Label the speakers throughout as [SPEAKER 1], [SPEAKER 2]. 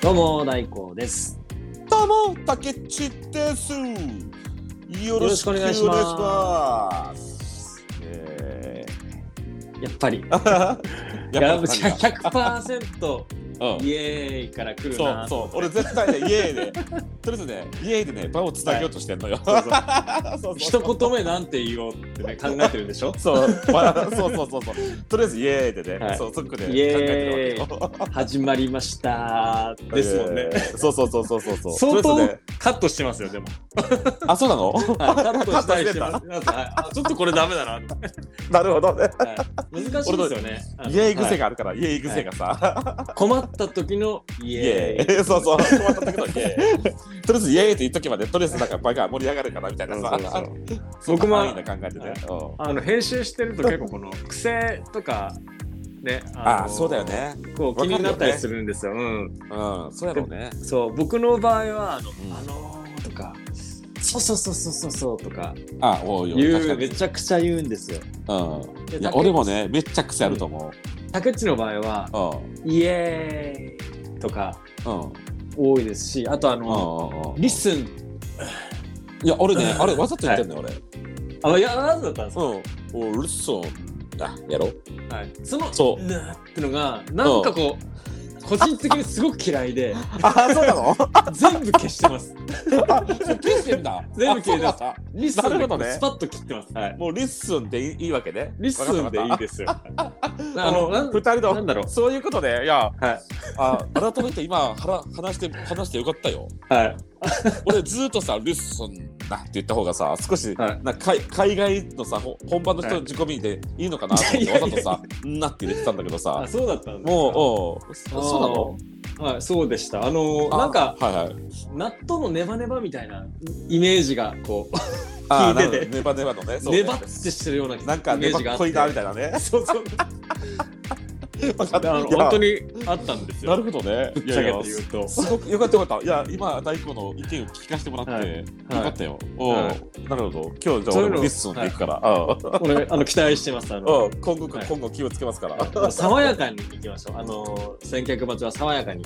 [SPEAKER 1] どうも大光です。
[SPEAKER 2] どうも、たけちです。よろしくお願いします。え
[SPEAKER 1] やっぱり。
[SPEAKER 2] ー
[SPEAKER 1] や
[SPEAKER 2] や
[SPEAKER 1] っぱ
[SPEAKER 2] っぱ
[SPEAKER 1] じゃ
[SPEAKER 2] り
[SPEAKER 1] 100%
[SPEAKER 2] うん
[SPEAKER 1] イエーイから来る
[SPEAKER 2] そう
[SPEAKER 1] な。
[SPEAKER 2] そう、俺絶対ね、イエーイで、とりあえずね、イエーイでね、場をつなげようとしてんのよ。
[SPEAKER 1] はいそう
[SPEAKER 2] そうそうそう。
[SPEAKER 1] 一言目なんて言おうってね考えてるでしょ
[SPEAKER 2] そう、まあ、そうそうそうそう、とりあえずイエーイでね、
[SPEAKER 1] はい
[SPEAKER 2] そう、そこで考
[SPEAKER 1] イ
[SPEAKER 2] え
[SPEAKER 1] エ
[SPEAKER 2] てるわけよ。
[SPEAKER 1] 始まりましたですもんね
[SPEAKER 2] え。ー。そうそうそうそうそうそう。
[SPEAKER 1] 相
[SPEAKER 2] とりあえず
[SPEAKER 1] 当
[SPEAKER 2] ね
[SPEAKER 1] カットしてますよでも。
[SPEAKER 2] あ、そう なの。
[SPEAKER 1] はいカットしたりしてます。なんかはいあちょっとこれダメだな。はい
[SPEAKER 2] なるほどね。
[SPEAKER 1] 難しいですよね。
[SPEAKER 2] イエーイ癖
[SPEAKER 1] が
[SPEAKER 2] があるから、イエーイ癖がさ。
[SPEAKER 1] 困った時のイ
[SPEAKER 2] イエ
[SPEAKER 1] エーイ。
[SPEAKER 2] ーイそうそう、止まった時のイエ ーイ。とりあえずイエーイって言っとけばね、とりあえずなんか場が盛り上がるからみたいなさ、
[SPEAKER 1] そうそうそう
[SPEAKER 2] そんな
[SPEAKER 1] 僕も
[SPEAKER 2] 範囲で考えてね。うん
[SPEAKER 1] あの編集してると結構この癖とかね。
[SPEAKER 2] あ
[SPEAKER 1] の
[SPEAKER 2] あ、そうだよ。ね。
[SPEAKER 1] こう気になったりするんですよ。うん。
[SPEAKER 2] うん、そうやろうね。
[SPEAKER 1] そう僕の場合はあの、
[SPEAKER 2] うん
[SPEAKER 1] あのーとかそうそうそうそうそうそうとか
[SPEAKER 2] あ、おいおい、確か
[SPEAKER 1] 言うめ
[SPEAKER 2] に。
[SPEAKER 1] ちゃくちゃ言うんですよ。
[SPEAKER 2] うん。いや、
[SPEAKER 1] 竹
[SPEAKER 2] 俺もね、めっちゃ癖あると思
[SPEAKER 1] 竹内の場合は
[SPEAKER 2] う。うん。
[SPEAKER 1] イエーイとか
[SPEAKER 2] うん。うん
[SPEAKER 1] 多いですし、あとあ
[SPEAKER 2] う
[SPEAKER 1] の、
[SPEAKER 2] ん。うん
[SPEAKER 1] リ。スン
[SPEAKER 2] いや、俺ね、あれ、わざと言ってんのよ、
[SPEAKER 1] あいやなんだったんですか。
[SPEAKER 2] 俺。うん。おうるそあ、やろ
[SPEAKER 1] はい。その
[SPEAKER 2] そう
[SPEAKER 1] なーってのがなんかこう個人的にすごく嫌い で
[SPEAKER 2] あ、そうなの
[SPEAKER 1] 全部消してます。
[SPEAKER 2] あ、そう消してんだ。
[SPEAKER 1] 全部消えてます
[SPEAKER 2] あそうなんだ
[SPEAKER 1] リスン
[SPEAKER 2] な
[SPEAKER 1] だ
[SPEAKER 2] るほど
[SPEAKER 1] け
[SPEAKER 2] ね
[SPEAKER 1] スパッと切ってます。はい。
[SPEAKER 2] もうリッスンでいいわけね。
[SPEAKER 1] リスンでいいですよ。あ
[SPEAKER 2] あの
[SPEAKER 1] のなん
[SPEAKER 2] 二人の
[SPEAKER 1] なんだろう
[SPEAKER 2] そういうことでいや
[SPEAKER 1] はい
[SPEAKER 2] あ改めて今話話して話してよかったよ
[SPEAKER 1] はい。
[SPEAKER 2] 俺ずっとさ「リッスンだ」って言った方がさ少し、
[SPEAKER 1] はい
[SPEAKER 2] なんか海海外のさほ本場の人
[SPEAKER 1] は
[SPEAKER 2] の
[SPEAKER 1] い
[SPEAKER 2] 自己民でいいのかなと思っ
[SPEAKER 1] い
[SPEAKER 2] て
[SPEAKER 1] やいや
[SPEAKER 2] わざとさ「んな」って入れてたんだけどさ
[SPEAKER 1] あそうだったんですか。
[SPEAKER 2] もうおうそそうなの
[SPEAKER 1] あーはい、そうでした。あのー
[SPEAKER 2] あ
[SPEAKER 1] なんか
[SPEAKER 2] はいはい
[SPEAKER 1] 納豆のネバネバみたいなイメージがこう
[SPEAKER 2] あー
[SPEAKER 1] 聞いてて
[SPEAKER 2] なるほどネバネバのねそうね
[SPEAKER 1] ネバってしてるようなイメ
[SPEAKER 2] なんかネ
[SPEAKER 1] ージが
[SPEAKER 2] バ
[SPEAKER 1] あ
[SPEAKER 2] っ
[SPEAKER 1] って
[SPEAKER 2] こいなみたいなね
[SPEAKER 1] そう そう。
[SPEAKER 2] わか
[SPEAKER 1] あ
[SPEAKER 2] った
[SPEAKER 1] の
[SPEAKER 2] いや
[SPEAKER 1] 本当にあったんです
[SPEAKER 2] な
[SPEAKER 1] よ。
[SPEAKER 2] るほどね
[SPEAKER 1] ぶっ
[SPEAKER 2] い
[SPEAKER 1] ちゃ
[SPEAKER 2] やい
[SPEAKER 1] け
[SPEAKER 2] や
[SPEAKER 1] て言うと。
[SPEAKER 2] すごくよかったよかった。いや、今、大工の意見を聞かせてもらって、
[SPEAKER 1] はい
[SPEAKER 2] よかったよ。おう
[SPEAKER 1] は
[SPEAKER 2] なるほど。今日、じゃ
[SPEAKER 1] そうい
[SPEAKER 2] あ
[SPEAKER 1] う
[SPEAKER 2] 俺
[SPEAKER 1] の
[SPEAKER 2] もリッスンで行くから。うん
[SPEAKER 1] 俺あの期待してます。あの
[SPEAKER 2] うん今後、
[SPEAKER 1] はい
[SPEAKER 2] 今後気をつけますから。
[SPEAKER 1] 爽やかに行きましょう。あのー先客待ちは爽やかに。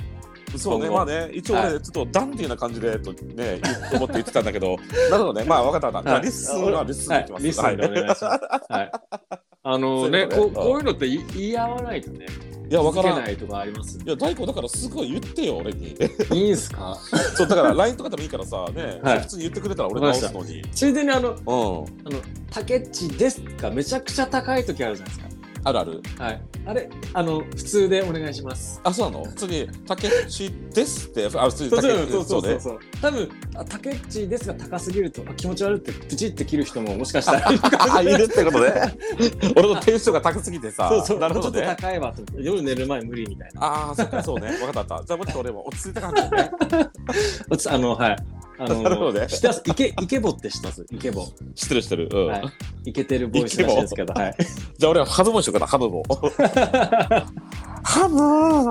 [SPEAKER 2] そうね、
[SPEAKER 1] 今
[SPEAKER 2] ま
[SPEAKER 1] 後
[SPEAKER 2] あね、一応俺、
[SPEAKER 1] は
[SPEAKER 2] ちょっとダンディーな感じで、とね、言思って言ってたんだけど、なるほどね、まあ分かった分かった。
[SPEAKER 1] はい
[SPEAKER 2] じゃあリッスンはリッスンで行きま
[SPEAKER 1] はいリス
[SPEAKER 2] す。
[SPEAKER 1] ンでお願いします。はい。あ のーね
[SPEAKER 2] そう
[SPEAKER 1] こ
[SPEAKER 2] い
[SPEAKER 1] こ
[SPEAKER 2] ううことね
[SPEAKER 1] ういうのって言い言い合わないとね。
[SPEAKER 2] いや、分から
[SPEAKER 1] 続け
[SPEAKER 2] ん。
[SPEAKER 1] ないいとかあります。
[SPEAKER 2] や、大工だからすごい言ってよ、俺に。
[SPEAKER 1] いいんすか。
[SPEAKER 2] そう、だから LINE とかでもいいからさ、ね、
[SPEAKER 1] はい
[SPEAKER 2] 普通に言ってくれたら俺直すのに。
[SPEAKER 1] ついでにあの
[SPEAKER 2] うん。
[SPEAKER 1] あの竹内ですがめちゃくちゃ高い時あるじゃないですか。
[SPEAKER 2] あるある。
[SPEAKER 1] はい。あれ、あの、普通でお願いします。
[SPEAKER 2] あ、そうなの普通に、たけしですって、あ、普通に
[SPEAKER 1] そう
[SPEAKER 2] たけ
[SPEAKER 1] そう
[SPEAKER 2] し
[SPEAKER 1] そうそう
[SPEAKER 2] ね。
[SPEAKER 1] そう。多分、あ竹内ですが高すぎると、あ気持ち悪いって、プチって切る人ももしかしたらいるかもしれな
[SPEAKER 2] あ
[SPEAKER 1] い。
[SPEAKER 2] いるってことね。俺のテンションが高すぎてさ。
[SPEAKER 1] そうそう。
[SPEAKER 2] なるほど
[SPEAKER 1] もうちょっ
[SPEAKER 2] ね
[SPEAKER 1] と。高いわと思って。夜寝る前無理みたいな。
[SPEAKER 2] ああ、そっか、 そうね。分かった分かった。じゃあ、もうちょっと俺も落ち着いた感じでね。
[SPEAKER 1] おつあ の、はい。あの、
[SPEAKER 2] なるほどね
[SPEAKER 1] ひたす、イケ、イケボってしたす。イケボ。
[SPEAKER 2] 知ってる知ってる。うん。
[SPEAKER 1] はい。イケてるボイスらしいですけど、 はい。
[SPEAKER 2] じゃあ、俺はハムボにしようかな、ハ ムボ。ハム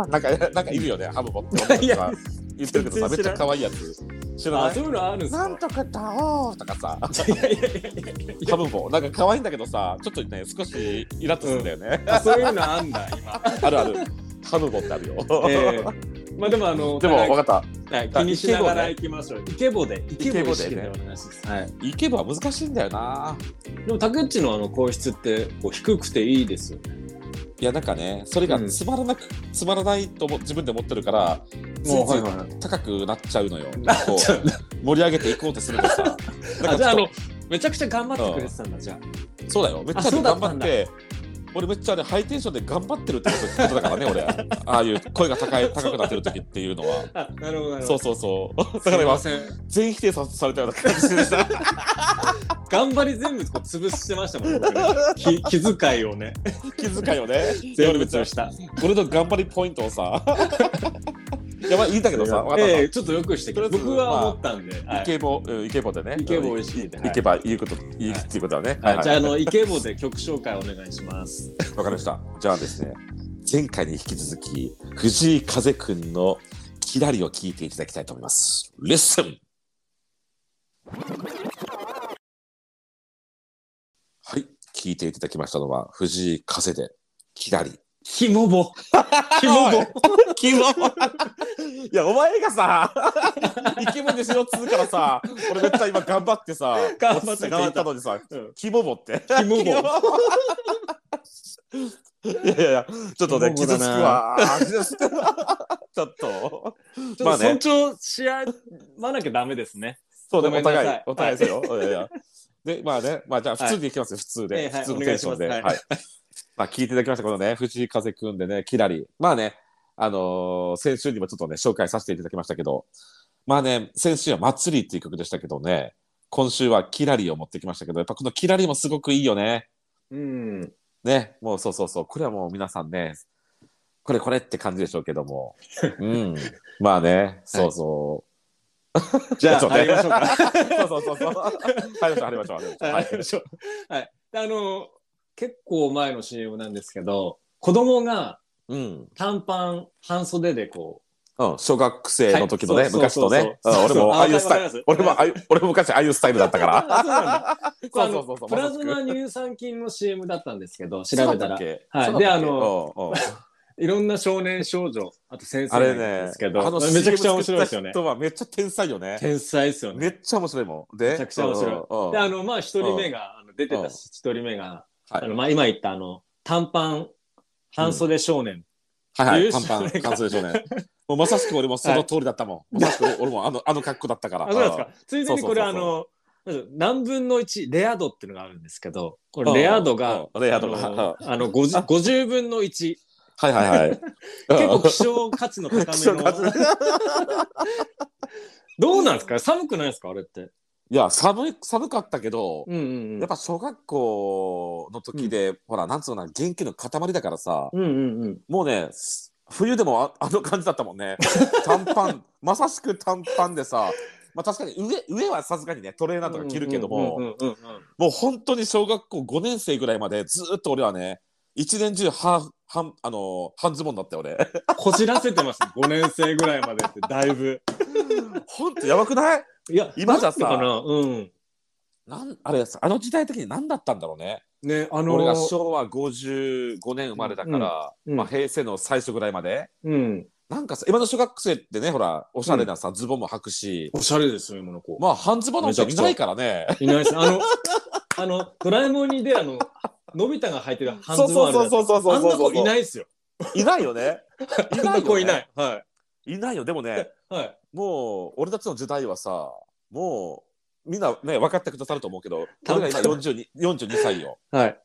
[SPEAKER 2] ーなんか、なんかいるよね、ハムボって女の子が言ってるけどさ、め
[SPEAKER 1] 全然
[SPEAKER 2] っ
[SPEAKER 1] 知
[SPEAKER 2] ち
[SPEAKER 1] ら
[SPEAKER 2] ゃ
[SPEAKER 1] ん
[SPEAKER 2] 可愛いやつ。知ら
[SPEAKER 1] あ、
[SPEAKER 2] な
[SPEAKER 1] そう
[SPEAKER 2] い
[SPEAKER 1] いうのあるんです
[SPEAKER 2] な
[SPEAKER 1] か
[SPEAKER 2] んとかだおーとかさ、
[SPEAKER 1] いやいやいやいやい
[SPEAKER 2] ハムボ。なんか可愛いんだけどさ、ちょっとね、少しイラッとするんだよね。
[SPEAKER 1] や。あそういうのあんだ、 今。
[SPEAKER 2] あるある。ハムボって あるよ。
[SPEAKER 1] ええまあでも、あの、
[SPEAKER 2] でも、分かった。
[SPEAKER 1] はい、気にしながら行きましょう。イケボで、イケ
[SPEAKER 2] ケ
[SPEAKER 1] ボ
[SPEAKER 2] ボ
[SPEAKER 1] で
[SPEAKER 2] で
[SPEAKER 1] ね、お願いします。はい。
[SPEAKER 2] 行けば難しいんだよな。
[SPEAKER 1] でも竹内のあの皇室ってこう低くていいですよね。
[SPEAKER 2] いやなんかねそれが
[SPEAKER 1] うん
[SPEAKER 2] つまらなく、つまらないと思自分で思ってるからついつい高くなっちゃう のよこう盛り上げていこうとするとさなんか
[SPEAKER 1] あじゃああ
[SPEAKER 2] ちょ
[SPEAKER 1] の
[SPEAKER 2] っと
[SPEAKER 1] めちゃくちゃ頑張ってくれてたんだじゃ
[SPEAKER 2] そうだよめっち
[SPEAKER 1] あ
[SPEAKER 2] ゃ
[SPEAKER 1] そう
[SPEAKER 2] ね
[SPEAKER 1] だっ
[SPEAKER 2] 頑
[SPEAKER 1] た
[SPEAKER 2] 張
[SPEAKER 1] ん
[SPEAKER 2] っ
[SPEAKER 1] だ
[SPEAKER 2] て俺めっちゃねハイテンションで頑張ってるってことことだからね俺ああいう声が高い高くなってる時っていうのは。
[SPEAKER 1] あ。なるほどな
[SPEAKER 2] そう
[SPEAKER 1] そ
[SPEAKER 2] そうそう
[SPEAKER 1] う
[SPEAKER 2] だから今
[SPEAKER 1] すいません
[SPEAKER 2] 全否定さされたような感じでした
[SPEAKER 1] 頑張り全部こう潰してましたもんね。僕 ねき気遣いをね
[SPEAKER 2] 気遣いをね
[SPEAKER 1] 全部
[SPEAKER 2] めっちゃ
[SPEAKER 1] 潰した。
[SPEAKER 2] 俺の頑張りポイントを さいやばい言いたけどさ分かった分かった
[SPEAKER 1] ええちょっとよくしてくれ
[SPEAKER 2] とりあえず
[SPEAKER 1] 僕は思ったんで。は
[SPEAKER 2] イ
[SPEAKER 1] い
[SPEAKER 2] ケボ、うんイケボでね。
[SPEAKER 1] イケボ
[SPEAKER 2] うん
[SPEAKER 1] 意識ではい
[SPEAKER 2] いけばいいこと、いい
[SPEAKER 1] はい
[SPEAKER 2] っていうことだね。
[SPEAKER 1] はい
[SPEAKER 2] はい
[SPEAKER 1] じゃああのイケボで曲紹介お願いします。
[SPEAKER 2] わかりました。じゃあですね、前回に引き続き、藤井風くんのキラリを聞いていただきたいと思います。レッスンはい、聞いていただきましたのは、藤井風で、キラリ。
[SPEAKER 1] ひもぼ。
[SPEAKER 2] キモいキモいいやお前がさイケメンでしろっつうからさ俺めっちゃ今頑張ってさ
[SPEAKER 1] 頑張った
[SPEAKER 2] 落ち着いて言ったのにさ
[SPEAKER 1] うん
[SPEAKER 2] キモボって
[SPEAKER 1] キモボ
[SPEAKER 2] いやいやいやちょっとね
[SPEAKER 1] キモボだ
[SPEAKER 2] 傷つく
[SPEAKER 1] な
[SPEAKER 2] わ傷つくわ ちょっと
[SPEAKER 1] ちょ
[SPEAKER 2] まあ
[SPEAKER 1] っと
[SPEAKER 2] ね
[SPEAKER 1] 尊重し合わなきゃダメですね。
[SPEAKER 2] そうね
[SPEAKER 1] ごめ
[SPEAKER 2] お
[SPEAKER 1] んなさい
[SPEAKER 2] 互いお互いですよ、い、やいやでまあねまあじゃあ普通でいきますよ、普通で、
[SPEAKER 1] ええはい
[SPEAKER 2] 普通のテンションで
[SPEAKER 1] お
[SPEAKER 2] は
[SPEAKER 1] 願
[SPEAKER 2] い
[SPEAKER 1] いします
[SPEAKER 2] まあ聞いていただきましたこのね藤井風くんでねキラリまあねあのー先週にもちょっとね紹介させていただきましたけどまあね先週は「祭り」っていう曲でしたけどね今週は「キラリ」を持ってきましたけどやっぱこの「キラリ」もすごくいいよね
[SPEAKER 1] うん。
[SPEAKER 2] ねもうそうそうそうこれはもう皆さんねこれこれって感じでしょうけど もうんまあねそうそう、
[SPEAKER 1] じゃあ、
[SPEAKER 2] そうね
[SPEAKER 1] 入りましょうか。
[SPEAKER 2] そうそうそうそう。入りましょう、入りましょう、入りましょう。
[SPEAKER 1] はい、はい。あの、結構前の CM なんですけど、子供が
[SPEAKER 2] うん。
[SPEAKER 1] 短パン、半袖でこ
[SPEAKER 2] うん、小学生の時のね、
[SPEAKER 1] はい
[SPEAKER 2] 昔のね、
[SPEAKER 1] そ
[SPEAKER 2] うん
[SPEAKER 1] うそうそう
[SPEAKER 2] 俺も
[SPEAKER 1] あ
[SPEAKER 2] ああいうスタイ
[SPEAKER 1] わかりま、
[SPEAKER 2] ル
[SPEAKER 1] す
[SPEAKER 2] 俺もああいう、俺も昔ああいうスタイルだったか
[SPEAKER 1] う。
[SPEAKER 2] ら。
[SPEAKER 1] あそうなんだ
[SPEAKER 2] そうそうそうそう。
[SPEAKER 1] プラズ
[SPEAKER 2] まさ
[SPEAKER 1] マ
[SPEAKER 2] し
[SPEAKER 1] 乳酸菌の CM だったんですけど、
[SPEAKER 2] く
[SPEAKER 1] 調べたら、はいであの、
[SPEAKER 2] そうだったっけうんうん
[SPEAKER 1] いろんな少年少女、あと先生
[SPEAKER 2] あれ
[SPEAKER 1] なん
[SPEAKER 2] ね
[SPEAKER 1] ですけど、、
[SPEAKER 2] あの
[SPEAKER 1] めちゃくちゃ面白いですよね
[SPEAKER 2] CM 作っ。た人はめっちゃ天才よね。
[SPEAKER 1] 天才ですよね。
[SPEAKER 2] めっちゃ面白いもん。で、
[SPEAKER 1] めちゃくちゃ面白いで、あ
[SPEAKER 2] 白
[SPEAKER 1] の、まあ、一人目が、あの出て
[SPEAKER 2] うん
[SPEAKER 1] たし一人目が、
[SPEAKER 2] は
[SPEAKER 1] あ
[SPEAKER 2] い
[SPEAKER 1] の、まあ、今言った、あの、短パン、半袖少年。
[SPEAKER 2] い。はいはい、
[SPEAKER 1] 優
[SPEAKER 2] パン
[SPEAKER 1] 秀
[SPEAKER 2] パン、感想でしょうね。もうまさしく俺もその通りだったもん。まさしく 俺もあの、あの格好だったから。
[SPEAKER 1] あ、そうなんですか。ついでにこれ、
[SPEAKER 2] そう
[SPEAKER 1] あ
[SPEAKER 2] そう
[SPEAKER 1] の、何分の1、レア度っていうのがあるんですけど、これ、レア度が、
[SPEAKER 2] うん、レア度が。
[SPEAKER 1] あ
[SPEAKER 2] うん
[SPEAKER 1] のあの 50, 50分の1、結
[SPEAKER 2] はいはい はい。結
[SPEAKER 1] 構希少価値の高め の。どうなんですか寒くないですかあれって。
[SPEAKER 2] いや寒い寒かったけど、
[SPEAKER 1] うんうんうん。
[SPEAKER 2] やっぱ小学校の時で、ほらなんつうのかな元気の塊だからさ、
[SPEAKER 1] うんうんうん。
[SPEAKER 2] もうねす冬でもああ の感じだったもんね短パ ンまさしく短パンでさまあ確かに上上はさすがにねトレーナーとか着るけども、
[SPEAKER 1] うんうんうんうんうん
[SPEAKER 2] もう本当に小学校5年生ぐらいまでずーっと俺はね一年中半半あのー半ズボンだったよ俺
[SPEAKER 1] こじらせてます5年生ぐらいまでって、だいぶ。
[SPEAKER 2] 本当やばくない
[SPEAKER 1] いや、
[SPEAKER 2] 今じゃさ
[SPEAKER 1] なんていうのかなうん。
[SPEAKER 2] なんあれあの時代的に何だったんだろうね、
[SPEAKER 1] ね、あのー
[SPEAKER 2] 俺が昭和55年生まれだから、
[SPEAKER 1] うんうん
[SPEAKER 2] まあ、平成の最初ぐらいまで
[SPEAKER 1] うん。
[SPEAKER 2] なんかさ今の小学生ってねほらおしゃれなさ、ズボンも履くし
[SPEAKER 1] おしゃれですよ、今の子。
[SPEAKER 2] まあ半ズボンなんていないからね
[SPEAKER 1] いないです。あの、あの、ドラえもんにで、あの、のび太が履いてる半
[SPEAKER 2] そう
[SPEAKER 1] ズボンあ
[SPEAKER 2] そう
[SPEAKER 1] るじゃ
[SPEAKER 2] そ
[SPEAKER 1] な
[SPEAKER 2] う
[SPEAKER 1] いです
[SPEAKER 2] そうそ
[SPEAKER 1] か
[SPEAKER 2] う
[SPEAKER 1] あ
[SPEAKER 2] そうん
[SPEAKER 1] な子いないいですよ。
[SPEAKER 2] いないよね
[SPEAKER 1] あんな子いない。はい
[SPEAKER 2] ないよでもね
[SPEAKER 1] い。はい。
[SPEAKER 2] もう俺たちの時代はさもうみんなね分かってくださると思うけど
[SPEAKER 1] 多
[SPEAKER 2] 俺
[SPEAKER 1] 分
[SPEAKER 2] が今42 42歳よ
[SPEAKER 1] はい。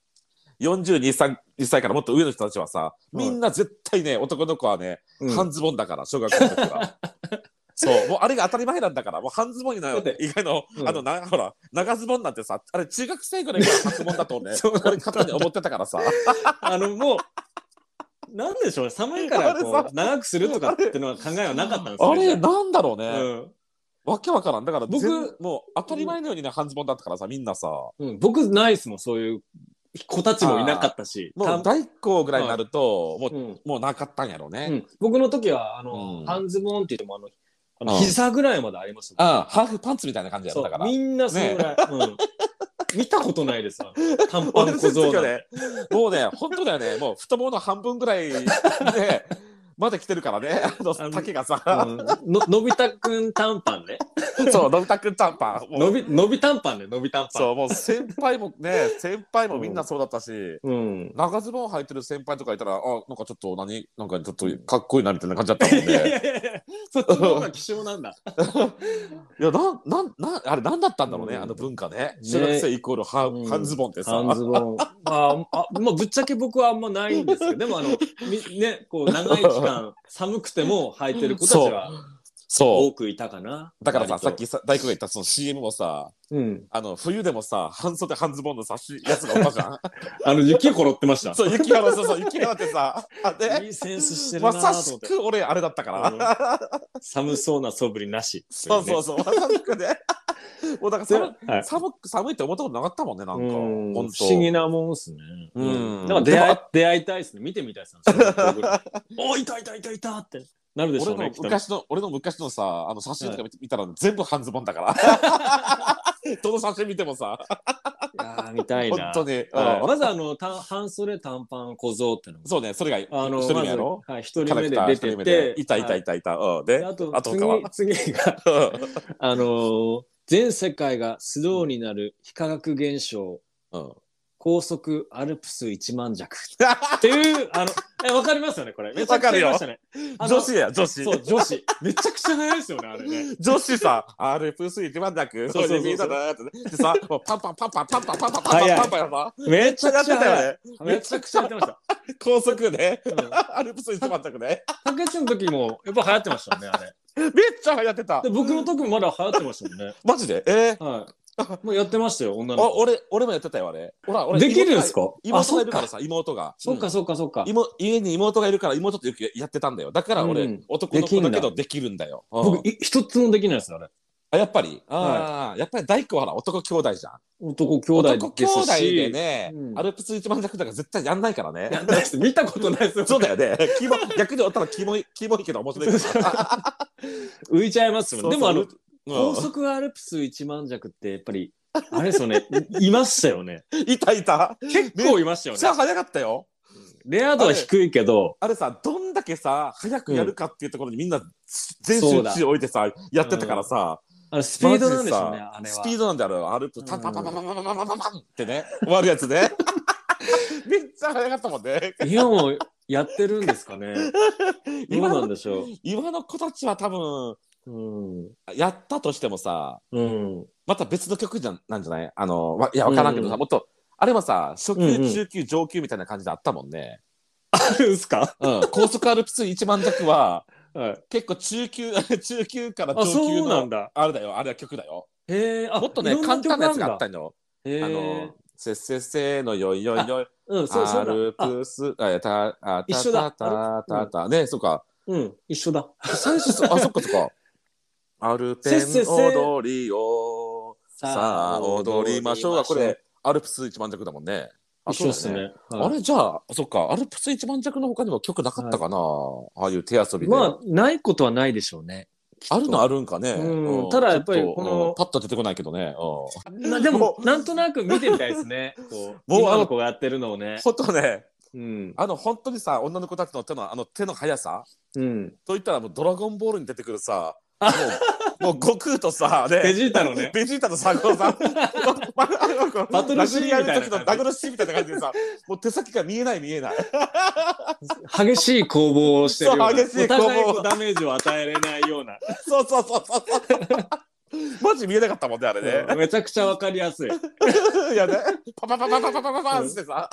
[SPEAKER 2] 42歳1歳からもっと上の人たちはさみんな絶対ね男の子はね、半ズボンだから小学校の時 から。そうもうあれが当たり前なんだからもう半ズボンにな
[SPEAKER 1] だ
[SPEAKER 2] る
[SPEAKER 1] って
[SPEAKER 2] 以外の、
[SPEAKER 1] うん
[SPEAKER 2] あのなほら長ズボンなんてさあれ中学生ぐらいから初ボンだ とね俺勝手に思ってたからさ
[SPEAKER 1] あの、もう、なんでしょうね、寒いから
[SPEAKER 2] あれ
[SPEAKER 1] こう長くするとかっていうのは考えはなかったんです
[SPEAKER 2] あ
[SPEAKER 1] よ
[SPEAKER 2] れ
[SPEAKER 1] ね。
[SPEAKER 2] なんだろうね、
[SPEAKER 1] うん
[SPEAKER 2] わけわからんだから
[SPEAKER 1] 僕
[SPEAKER 2] 僕もう当たり前のようにね半ズボンだったからさみんなさも
[SPEAKER 1] うん、僕ないっすもんそういう子たちもいなかったし、
[SPEAKER 2] う
[SPEAKER 1] た
[SPEAKER 2] 大工ぐらいになると、もう
[SPEAKER 1] うん
[SPEAKER 2] もうなかったんやろうね、
[SPEAKER 1] うん僕の時はあの、
[SPEAKER 2] うん
[SPEAKER 1] 半ズボンって言ってもあのあ
[SPEAKER 2] う
[SPEAKER 1] の
[SPEAKER 2] ん
[SPEAKER 1] 膝ぐらいまでありましたもん
[SPEAKER 2] ああハーフパンツみたいな感じやろ
[SPEAKER 1] そ
[SPEAKER 2] だか
[SPEAKER 1] う
[SPEAKER 2] ら
[SPEAKER 1] みんなそのぐらい、うん、見たことないですわ短パ
[SPEAKER 2] 俺
[SPEAKER 1] ン
[SPEAKER 2] の
[SPEAKER 1] 小僧
[SPEAKER 2] 時は
[SPEAKER 1] だ、
[SPEAKER 2] ねもうね本当だよねもう太ももの半分ぐらいで まで来てるか らねあの
[SPEAKER 1] あの
[SPEAKER 2] 丈がさ、
[SPEAKER 1] うん、ののび太くん短パンね
[SPEAKER 2] そう、のび太くん短パン。も
[SPEAKER 1] の
[SPEAKER 2] う
[SPEAKER 1] びのび短パンねのび短パン
[SPEAKER 2] そう、もう先輩もね、先輩もみんなそうだったし。
[SPEAKER 1] うん
[SPEAKER 2] 長ズボン履いてる先輩とかいたら、あ、なんかちょっと何、なんかちょっとかっこいいなみたいな感じだったもん
[SPEAKER 1] いやい
[SPEAKER 2] ね。
[SPEAKER 1] やいやいやそっちの方が希少なん だ
[SPEAKER 2] いや、なん、なん、なん、あれ、なんだったんだろうね、
[SPEAKER 1] うん
[SPEAKER 2] あの文化ね。
[SPEAKER 1] ね
[SPEAKER 2] 中学生イコール半、
[SPEAKER 1] うん
[SPEAKER 2] 半ズボンってさ。
[SPEAKER 1] 半ズボン。まあ、あまあ、ぶっちゃけ僕はあんまないんですけど、でもあの、みね、こう、長い期間寒くても履いてる子たちは
[SPEAKER 2] そ
[SPEAKER 1] 多くいたかな。
[SPEAKER 2] う。だからさ、さっ
[SPEAKER 1] 割と
[SPEAKER 2] きさ大工が言ったその CM もさ、
[SPEAKER 1] うん。
[SPEAKER 2] あの、冬でもさ、半袖半ズボンのさ、しやつがおったじゃん。
[SPEAKER 1] あの、雪転って ました。
[SPEAKER 2] そう、雪がら、そうそう、雪がらってさ、あで、
[SPEAKER 1] いいセンスしてるな
[SPEAKER 2] ま
[SPEAKER 1] ぁ
[SPEAKER 2] さ
[SPEAKER 1] と思
[SPEAKER 2] し
[SPEAKER 1] って。
[SPEAKER 2] く俺、あれだったから。
[SPEAKER 1] 寒そうな素振りなし。
[SPEAKER 2] そうそうそう、まさしくね。もうだから
[SPEAKER 1] で
[SPEAKER 2] 寒
[SPEAKER 1] はい
[SPEAKER 2] 寒く寒いって思ったことなかったもんね、なんか。
[SPEAKER 1] うん
[SPEAKER 2] 本
[SPEAKER 1] 不
[SPEAKER 2] 当
[SPEAKER 1] 思議なもんですね。
[SPEAKER 2] うん
[SPEAKER 1] だから出会い出会いたいですね。見てみたいですね。 小学校ぐらいおいたいたいたいたってなるでしょうね。
[SPEAKER 2] 俺の
[SPEAKER 1] きっとね
[SPEAKER 2] 昔の、俺の昔のさ、あの写真とか見て見たら全部半ズボンだから。どの写真見てもさ、
[SPEAKER 1] いややー、見たい
[SPEAKER 2] 本
[SPEAKER 1] な。
[SPEAKER 2] 当に、
[SPEAKER 1] はい
[SPEAKER 2] うん
[SPEAKER 1] まずあの、た半袖短パン小僧ってのが
[SPEAKER 2] そうねそれが
[SPEAKER 1] あの、
[SPEAKER 2] 一人目やろ、
[SPEAKER 1] まずはい、一
[SPEAKER 2] キャ
[SPEAKER 1] 人
[SPEAKER 2] ラ
[SPEAKER 1] 目
[SPEAKER 2] ク
[SPEAKER 1] で
[SPEAKER 2] ター
[SPEAKER 1] 出
[SPEAKER 2] 一人
[SPEAKER 1] て
[SPEAKER 2] 目
[SPEAKER 1] て
[SPEAKER 2] で、いたいたいたいた、うんで
[SPEAKER 1] はいあと、
[SPEAKER 2] あと他は
[SPEAKER 1] 次、次が、あのー全世界がスローになる非科学現象、
[SPEAKER 2] うん
[SPEAKER 1] 高速アルプス一万 弱。っていう、あの、え、わかりますよね、これ。めちゃくちゃ言いましたね。あの
[SPEAKER 2] 女子や女 子
[SPEAKER 1] そう、女子。めちゃくちゃ早いですよね、あれね。
[SPEAKER 2] 女子さ、アルプス一番だく、
[SPEAKER 1] そ
[SPEAKER 2] そ
[SPEAKER 1] そう
[SPEAKER 2] う
[SPEAKER 1] そう
[SPEAKER 2] れでみんなだーってね、でさ、もうパンパンパンパンパンパンパンパンパンパンパンパンパ ン
[SPEAKER 1] め
[SPEAKER 2] めっちゃやってた
[SPEAKER 1] 早い
[SPEAKER 2] よね。
[SPEAKER 1] めちゃくちゃやってました。
[SPEAKER 2] 高速で、
[SPEAKER 1] うん
[SPEAKER 2] アルプス一番だくね。
[SPEAKER 1] 竹内の時も、やっぱ流行ってましたよね、あれ。
[SPEAKER 2] めっちゃ流行って た
[SPEAKER 1] で。僕の時もまだ流行ってましたもんね。
[SPEAKER 2] マジでえー
[SPEAKER 1] はい。もうやってましたよ、女の
[SPEAKER 2] あ
[SPEAKER 1] 子。
[SPEAKER 2] 俺、俺もやってたよ、あれ。ほら、俺、
[SPEAKER 1] できるんです
[SPEAKER 2] か
[SPEAKER 1] かあ、
[SPEAKER 2] 妹が
[SPEAKER 1] そ
[SPEAKER 2] い
[SPEAKER 1] っ
[SPEAKER 2] るから
[SPEAKER 1] か。
[SPEAKER 2] さ、妹が。
[SPEAKER 1] そっ
[SPEAKER 2] う
[SPEAKER 1] か、
[SPEAKER 2] ん
[SPEAKER 1] そっか、そっか。
[SPEAKER 2] 妹家に妹がいるから妹とよくやってたんだよだから俺、
[SPEAKER 1] うん
[SPEAKER 2] 男の子だけど
[SPEAKER 1] で
[SPEAKER 2] できるんだようん
[SPEAKER 1] 僕、い一つもできないです、あれ。
[SPEAKER 2] あやっぱりあー、やっぱり大工はほら男兄弟じゃん
[SPEAKER 1] 男兄弟
[SPEAKER 2] 男兄
[SPEAKER 1] ですし。
[SPEAKER 2] 弟でね、
[SPEAKER 1] うん
[SPEAKER 2] アルプス一番弱とか絶対やんないからね
[SPEAKER 1] やんないです見たことないですよ。
[SPEAKER 2] そうだよね。キモ逆におったらキモい、 キモいけど面白いから。
[SPEAKER 1] 浮いちゃいますもん。でもあの、
[SPEAKER 2] の
[SPEAKER 1] 高速アルプス一万弱って、やっぱり、あれですよね。いいましたよ ね。
[SPEAKER 2] いたいた。
[SPEAKER 1] 結構いましたよ
[SPEAKER 2] さあ
[SPEAKER 1] ね。
[SPEAKER 2] 早かったよ。
[SPEAKER 1] レア度は低いけど、
[SPEAKER 2] あれさ、どんだけさ、早くやるかっていうところにみんな全集中置いてさ、やってたからさ、
[SPEAKER 1] あのスピードなんでしょうね、あれ
[SPEAKER 2] マジで
[SPEAKER 1] は。
[SPEAKER 2] さスピードなんだよ、アルプ
[SPEAKER 1] うん
[SPEAKER 2] タンパンパンパンパンパンパンパンパンってね、終わるや つね。めっちゃ早かったもんね。
[SPEAKER 1] 今もやってるんですかね。どう
[SPEAKER 2] 今
[SPEAKER 1] なん
[SPEAKER 2] の
[SPEAKER 1] でしょ
[SPEAKER 2] 今の子たちは多分、
[SPEAKER 1] う。うん。
[SPEAKER 2] やったとしてもさ、
[SPEAKER 1] うん。
[SPEAKER 2] また別の曲じゃなんじゃないあの、わいや、わからんけど
[SPEAKER 1] うんう
[SPEAKER 2] さ、
[SPEAKER 1] ん
[SPEAKER 2] もっと、あれはさ、初
[SPEAKER 1] うんう
[SPEAKER 2] 級、
[SPEAKER 1] ん
[SPEAKER 2] 中級、上級みたいな感じであったもんね。
[SPEAKER 1] あるんすか。
[SPEAKER 2] うん、 高速アルプス一万弱は、
[SPEAKER 1] はい。
[SPEAKER 2] 結構中級、 中級から上
[SPEAKER 1] あ、
[SPEAKER 2] 級
[SPEAKER 1] そうなん
[SPEAKER 2] の、
[SPEAKER 1] だ。
[SPEAKER 2] あれだよ、あれは曲だよ。
[SPEAKER 1] へえ。あ
[SPEAKER 2] もっとね、簡単なやつがあった。の。
[SPEAKER 1] いろんな曲な
[SPEAKER 2] あ
[SPEAKER 1] んだへえ
[SPEAKER 2] の。、せっせっせーのよいよいよい、
[SPEAKER 1] うん、そう、そ
[SPEAKER 2] ア
[SPEAKER 1] うだ。
[SPEAKER 2] ル
[SPEAKER 1] あ
[SPEAKER 2] プス、あ、やた、あ、た
[SPEAKER 1] 一緒だ
[SPEAKER 2] たたたた、ね、そっか。
[SPEAKER 1] うん、一緒だ。
[SPEAKER 2] 最初、そあ、そっかそ っか。アルペ
[SPEAKER 1] せっせっ
[SPEAKER 2] ン
[SPEAKER 1] せ
[SPEAKER 2] 踊りを、さあ踊りましょうが、これ、アルプス一万弱だもんね。あ
[SPEAKER 1] 一緒です。ね。
[SPEAKER 2] そうだ
[SPEAKER 1] は
[SPEAKER 2] あ
[SPEAKER 1] い
[SPEAKER 2] れじゃあ、そっか、アルプス一万弱の他にも曲なかったかな、ああいう手遊びで。
[SPEAKER 1] まあ、ないことはないでしょうね。
[SPEAKER 2] あるのあるんかね。
[SPEAKER 1] うん
[SPEAKER 2] うん
[SPEAKER 1] ただやっぱり
[SPEAKER 2] ちょと
[SPEAKER 1] この
[SPEAKER 2] うんパッと出てこないけどね。うん
[SPEAKER 1] なでも
[SPEAKER 2] も、
[SPEAKER 1] なんとなく見てみたいですね。こう、
[SPEAKER 2] もう
[SPEAKER 1] 今
[SPEAKER 2] あ
[SPEAKER 1] の
[SPEAKER 2] の
[SPEAKER 1] 子がやってるのをね。
[SPEAKER 2] 本当ね、
[SPEAKER 1] うん。
[SPEAKER 2] あの本当にさ、女の子たちの手のあの手の速さ
[SPEAKER 1] うん。
[SPEAKER 2] といったらもうドラゴンボールに出てくるさ、もうもう悟空とさ、ね、
[SPEAKER 1] ベジータのね
[SPEAKER 2] ベジータの佐合さ ん、
[SPEAKER 1] バトルシーンみたいな
[SPEAKER 2] 殴り合う時のバトルシーンみたいな感じでさ、もう手先が見えない見えない。
[SPEAKER 1] 激しい攻防をしてるような。
[SPEAKER 2] そう激しい攻防
[SPEAKER 1] お互いこうダメージを与えれないよう な。
[SPEAKER 2] そうそうそうそうそう。マジ見えなかったもんねあれね。
[SPEAKER 1] めちゃくちゃわかりやすい。
[SPEAKER 2] いやね、パパパパパパパパパンってさ、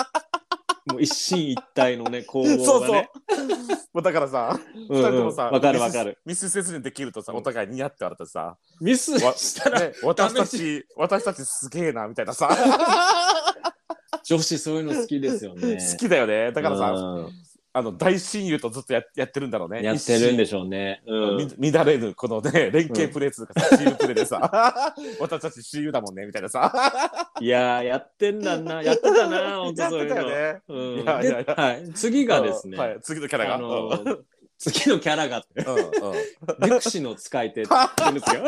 [SPEAKER 1] もう一進一退のね、攻防
[SPEAKER 2] そう
[SPEAKER 1] が
[SPEAKER 2] そう。
[SPEAKER 1] ね。
[SPEAKER 2] もうだからさ。
[SPEAKER 1] う
[SPEAKER 2] 二
[SPEAKER 1] ん
[SPEAKER 2] 人と
[SPEAKER 1] う
[SPEAKER 2] も
[SPEAKER 1] ん
[SPEAKER 2] さ
[SPEAKER 1] わかるわかる。
[SPEAKER 2] ミスせずにできるとさ、
[SPEAKER 1] うん
[SPEAKER 2] お互いにやって笑ってさ、
[SPEAKER 1] ミス
[SPEAKER 2] わ
[SPEAKER 1] したら、
[SPEAKER 2] ね、私た
[SPEAKER 1] ダメ
[SPEAKER 2] ち、私たちすげえな、みたいなさ、
[SPEAKER 1] 女子そういうの好きですよね。
[SPEAKER 2] 好きだよね。だからさ、
[SPEAKER 1] う
[SPEAKER 2] あの、大親友とずっとややってるんだろうね。
[SPEAKER 1] んやってるんで
[SPEAKER 2] し
[SPEAKER 1] しょうね。うん。
[SPEAKER 2] 乱れぬ、このね、連携プレーとかさ、チームプレーでさ、私たち親友だもんね、みたいなさ、
[SPEAKER 1] いやー、やってんだ な。やってたな、本当
[SPEAKER 2] やっ
[SPEAKER 1] そう
[SPEAKER 2] て
[SPEAKER 1] いう
[SPEAKER 2] た
[SPEAKER 1] の。
[SPEAKER 2] よね。
[SPEAKER 1] うん
[SPEAKER 2] いやいやい
[SPEAKER 1] で
[SPEAKER 2] や
[SPEAKER 1] はい、次がですね、
[SPEAKER 2] はい、次のキャラが。
[SPEAKER 1] あのー次のキャラがって、
[SPEAKER 2] うんうんうん
[SPEAKER 1] デュクシの使い手って言うん ですよ。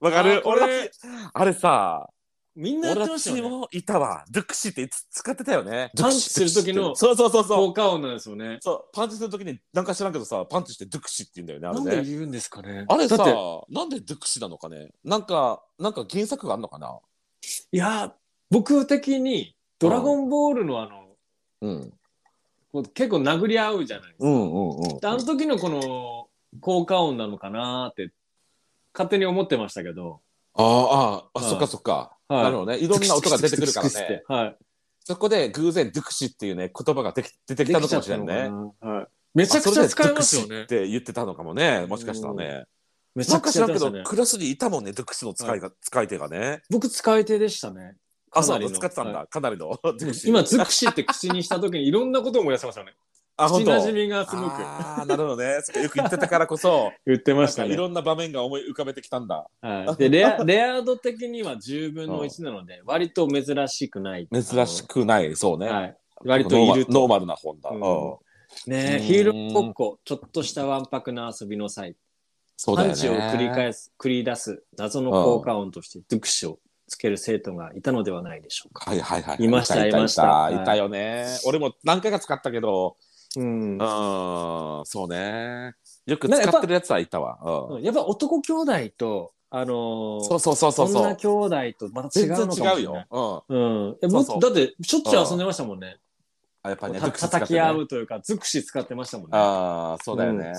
[SPEAKER 2] わか
[SPEAKER 1] あ
[SPEAKER 2] る
[SPEAKER 1] これ
[SPEAKER 2] 俺たち、あれさ、
[SPEAKER 1] みんなやって
[SPEAKER 2] 俺
[SPEAKER 1] ま
[SPEAKER 2] た
[SPEAKER 1] した
[SPEAKER 2] ち
[SPEAKER 1] よね。
[SPEAKER 2] もいたわ。ドゥクシってつ使ってたよね。
[SPEAKER 1] パンチする時の
[SPEAKER 2] そうそうそうそう。
[SPEAKER 1] 効果音なんですよね。
[SPEAKER 2] そう、パンチするときに、なんか知らんけどさ、パンチしてドゥクシって言うんだよ
[SPEAKER 1] なん
[SPEAKER 2] ね、あれ
[SPEAKER 1] で
[SPEAKER 2] ね。
[SPEAKER 1] 言うんですかね。
[SPEAKER 2] あれさ
[SPEAKER 1] だって、
[SPEAKER 2] なんでドゥクシなのかね。なんか、なんか原作があるのかな。
[SPEAKER 1] いやー、僕的に、ドラゴンボールのあの、
[SPEAKER 2] うん。
[SPEAKER 1] こう結構殴り合うじゃないですか。
[SPEAKER 2] うんうんうん。
[SPEAKER 1] であの時のこの効果音なのかなーって、勝手に思ってましたけど、
[SPEAKER 2] ああ、ああ、
[SPEAKER 1] はい
[SPEAKER 2] そっかそっか。
[SPEAKER 1] はい
[SPEAKER 2] なるほどね。いろんな音が出てくるから
[SPEAKER 1] クスクスクスクスっ
[SPEAKER 2] ね
[SPEAKER 1] て。。はい。
[SPEAKER 2] そこで偶然ドゥクシっていうね、言葉ができ出てきたのかもしれんね。
[SPEAKER 1] ね。はい。めちゃくちゃ使えますよ
[SPEAKER 2] あそれ
[SPEAKER 1] ね
[SPEAKER 2] でドゥクシっ。て言ってたのかもね。もしかしたらね。
[SPEAKER 1] めち
[SPEAKER 2] な
[SPEAKER 1] ゃ
[SPEAKER 2] んか
[SPEAKER 1] く
[SPEAKER 2] 知
[SPEAKER 1] ちゃ
[SPEAKER 2] ら
[SPEAKER 1] 使
[SPEAKER 2] ん
[SPEAKER 1] え
[SPEAKER 2] け
[SPEAKER 1] ます
[SPEAKER 2] ど
[SPEAKER 1] ね、。
[SPEAKER 2] クラスにいたもんね、ドゥクシの使いが、使い手がね。
[SPEAKER 1] 僕使い手でしたね。
[SPEAKER 2] あ、
[SPEAKER 1] か
[SPEAKER 2] そ
[SPEAKER 1] な
[SPEAKER 2] う
[SPEAKER 1] りの
[SPEAKER 2] 使ってたん
[SPEAKER 1] は
[SPEAKER 2] だ。かなりの。ドゥクシ
[SPEAKER 1] 今、ズクシって口にした時にいろんなことを思い出しましたね。
[SPEAKER 2] あ、
[SPEAKER 1] 口
[SPEAKER 2] 本当。
[SPEAKER 1] なじみがすごく
[SPEAKER 2] ああ、なるほどね。そっかよく言ってたから こそ。
[SPEAKER 1] 言ってまし
[SPEAKER 2] な
[SPEAKER 1] た
[SPEAKER 2] んかい
[SPEAKER 1] ね。
[SPEAKER 2] ろんな場面が思い浮かべてきたんだ。
[SPEAKER 1] はい、でレア、レア度的には10分の1なので、割と珍しくない。
[SPEAKER 2] 珍しくない、そうね。
[SPEAKER 1] はい。割といると。
[SPEAKER 2] ノーマルな本だ。
[SPEAKER 1] うん
[SPEAKER 2] うん
[SPEAKER 1] ね
[SPEAKER 2] うん
[SPEAKER 1] えヒールごっこ、ちょっとしたわんぱくな遊びの際、
[SPEAKER 2] そうだ
[SPEAKER 1] パ
[SPEAKER 2] よ
[SPEAKER 1] ン
[SPEAKER 2] ね。
[SPEAKER 1] チを繰り返す、繰り出す、謎の効果音として、ドゥクシをつける生徒がいたのではないでしょうか。
[SPEAKER 2] はいはいはい。
[SPEAKER 1] いました
[SPEAKER 2] い
[SPEAKER 1] いました
[SPEAKER 2] いたよね。俺も何回か使ったけど、
[SPEAKER 1] うん
[SPEAKER 2] う、ん、そうね。よく使ってるやつはいたわ。うん
[SPEAKER 1] やっぱ男兄弟と、あのー
[SPEAKER 2] そうそうそうそうそ
[SPEAKER 1] 女
[SPEAKER 2] う。
[SPEAKER 1] 兄弟とまた違
[SPEAKER 2] 全
[SPEAKER 1] うのかもしれ
[SPEAKER 2] 然
[SPEAKER 1] ない。
[SPEAKER 2] 違うよ。うん。
[SPEAKER 1] うん、え
[SPEAKER 2] そ
[SPEAKER 1] も
[SPEAKER 2] う
[SPEAKER 1] っ
[SPEAKER 2] そう
[SPEAKER 1] とだってしょっちゅう遊んでましたもんね。
[SPEAKER 2] あやっぱね、
[SPEAKER 1] た
[SPEAKER 2] ズクシ使って
[SPEAKER 1] 叩
[SPEAKER 2] ね
[SPEAKER 1] き合うというか、尽くし使ってましたもんね。
[SPEAKER 2] ああ、そうだよね。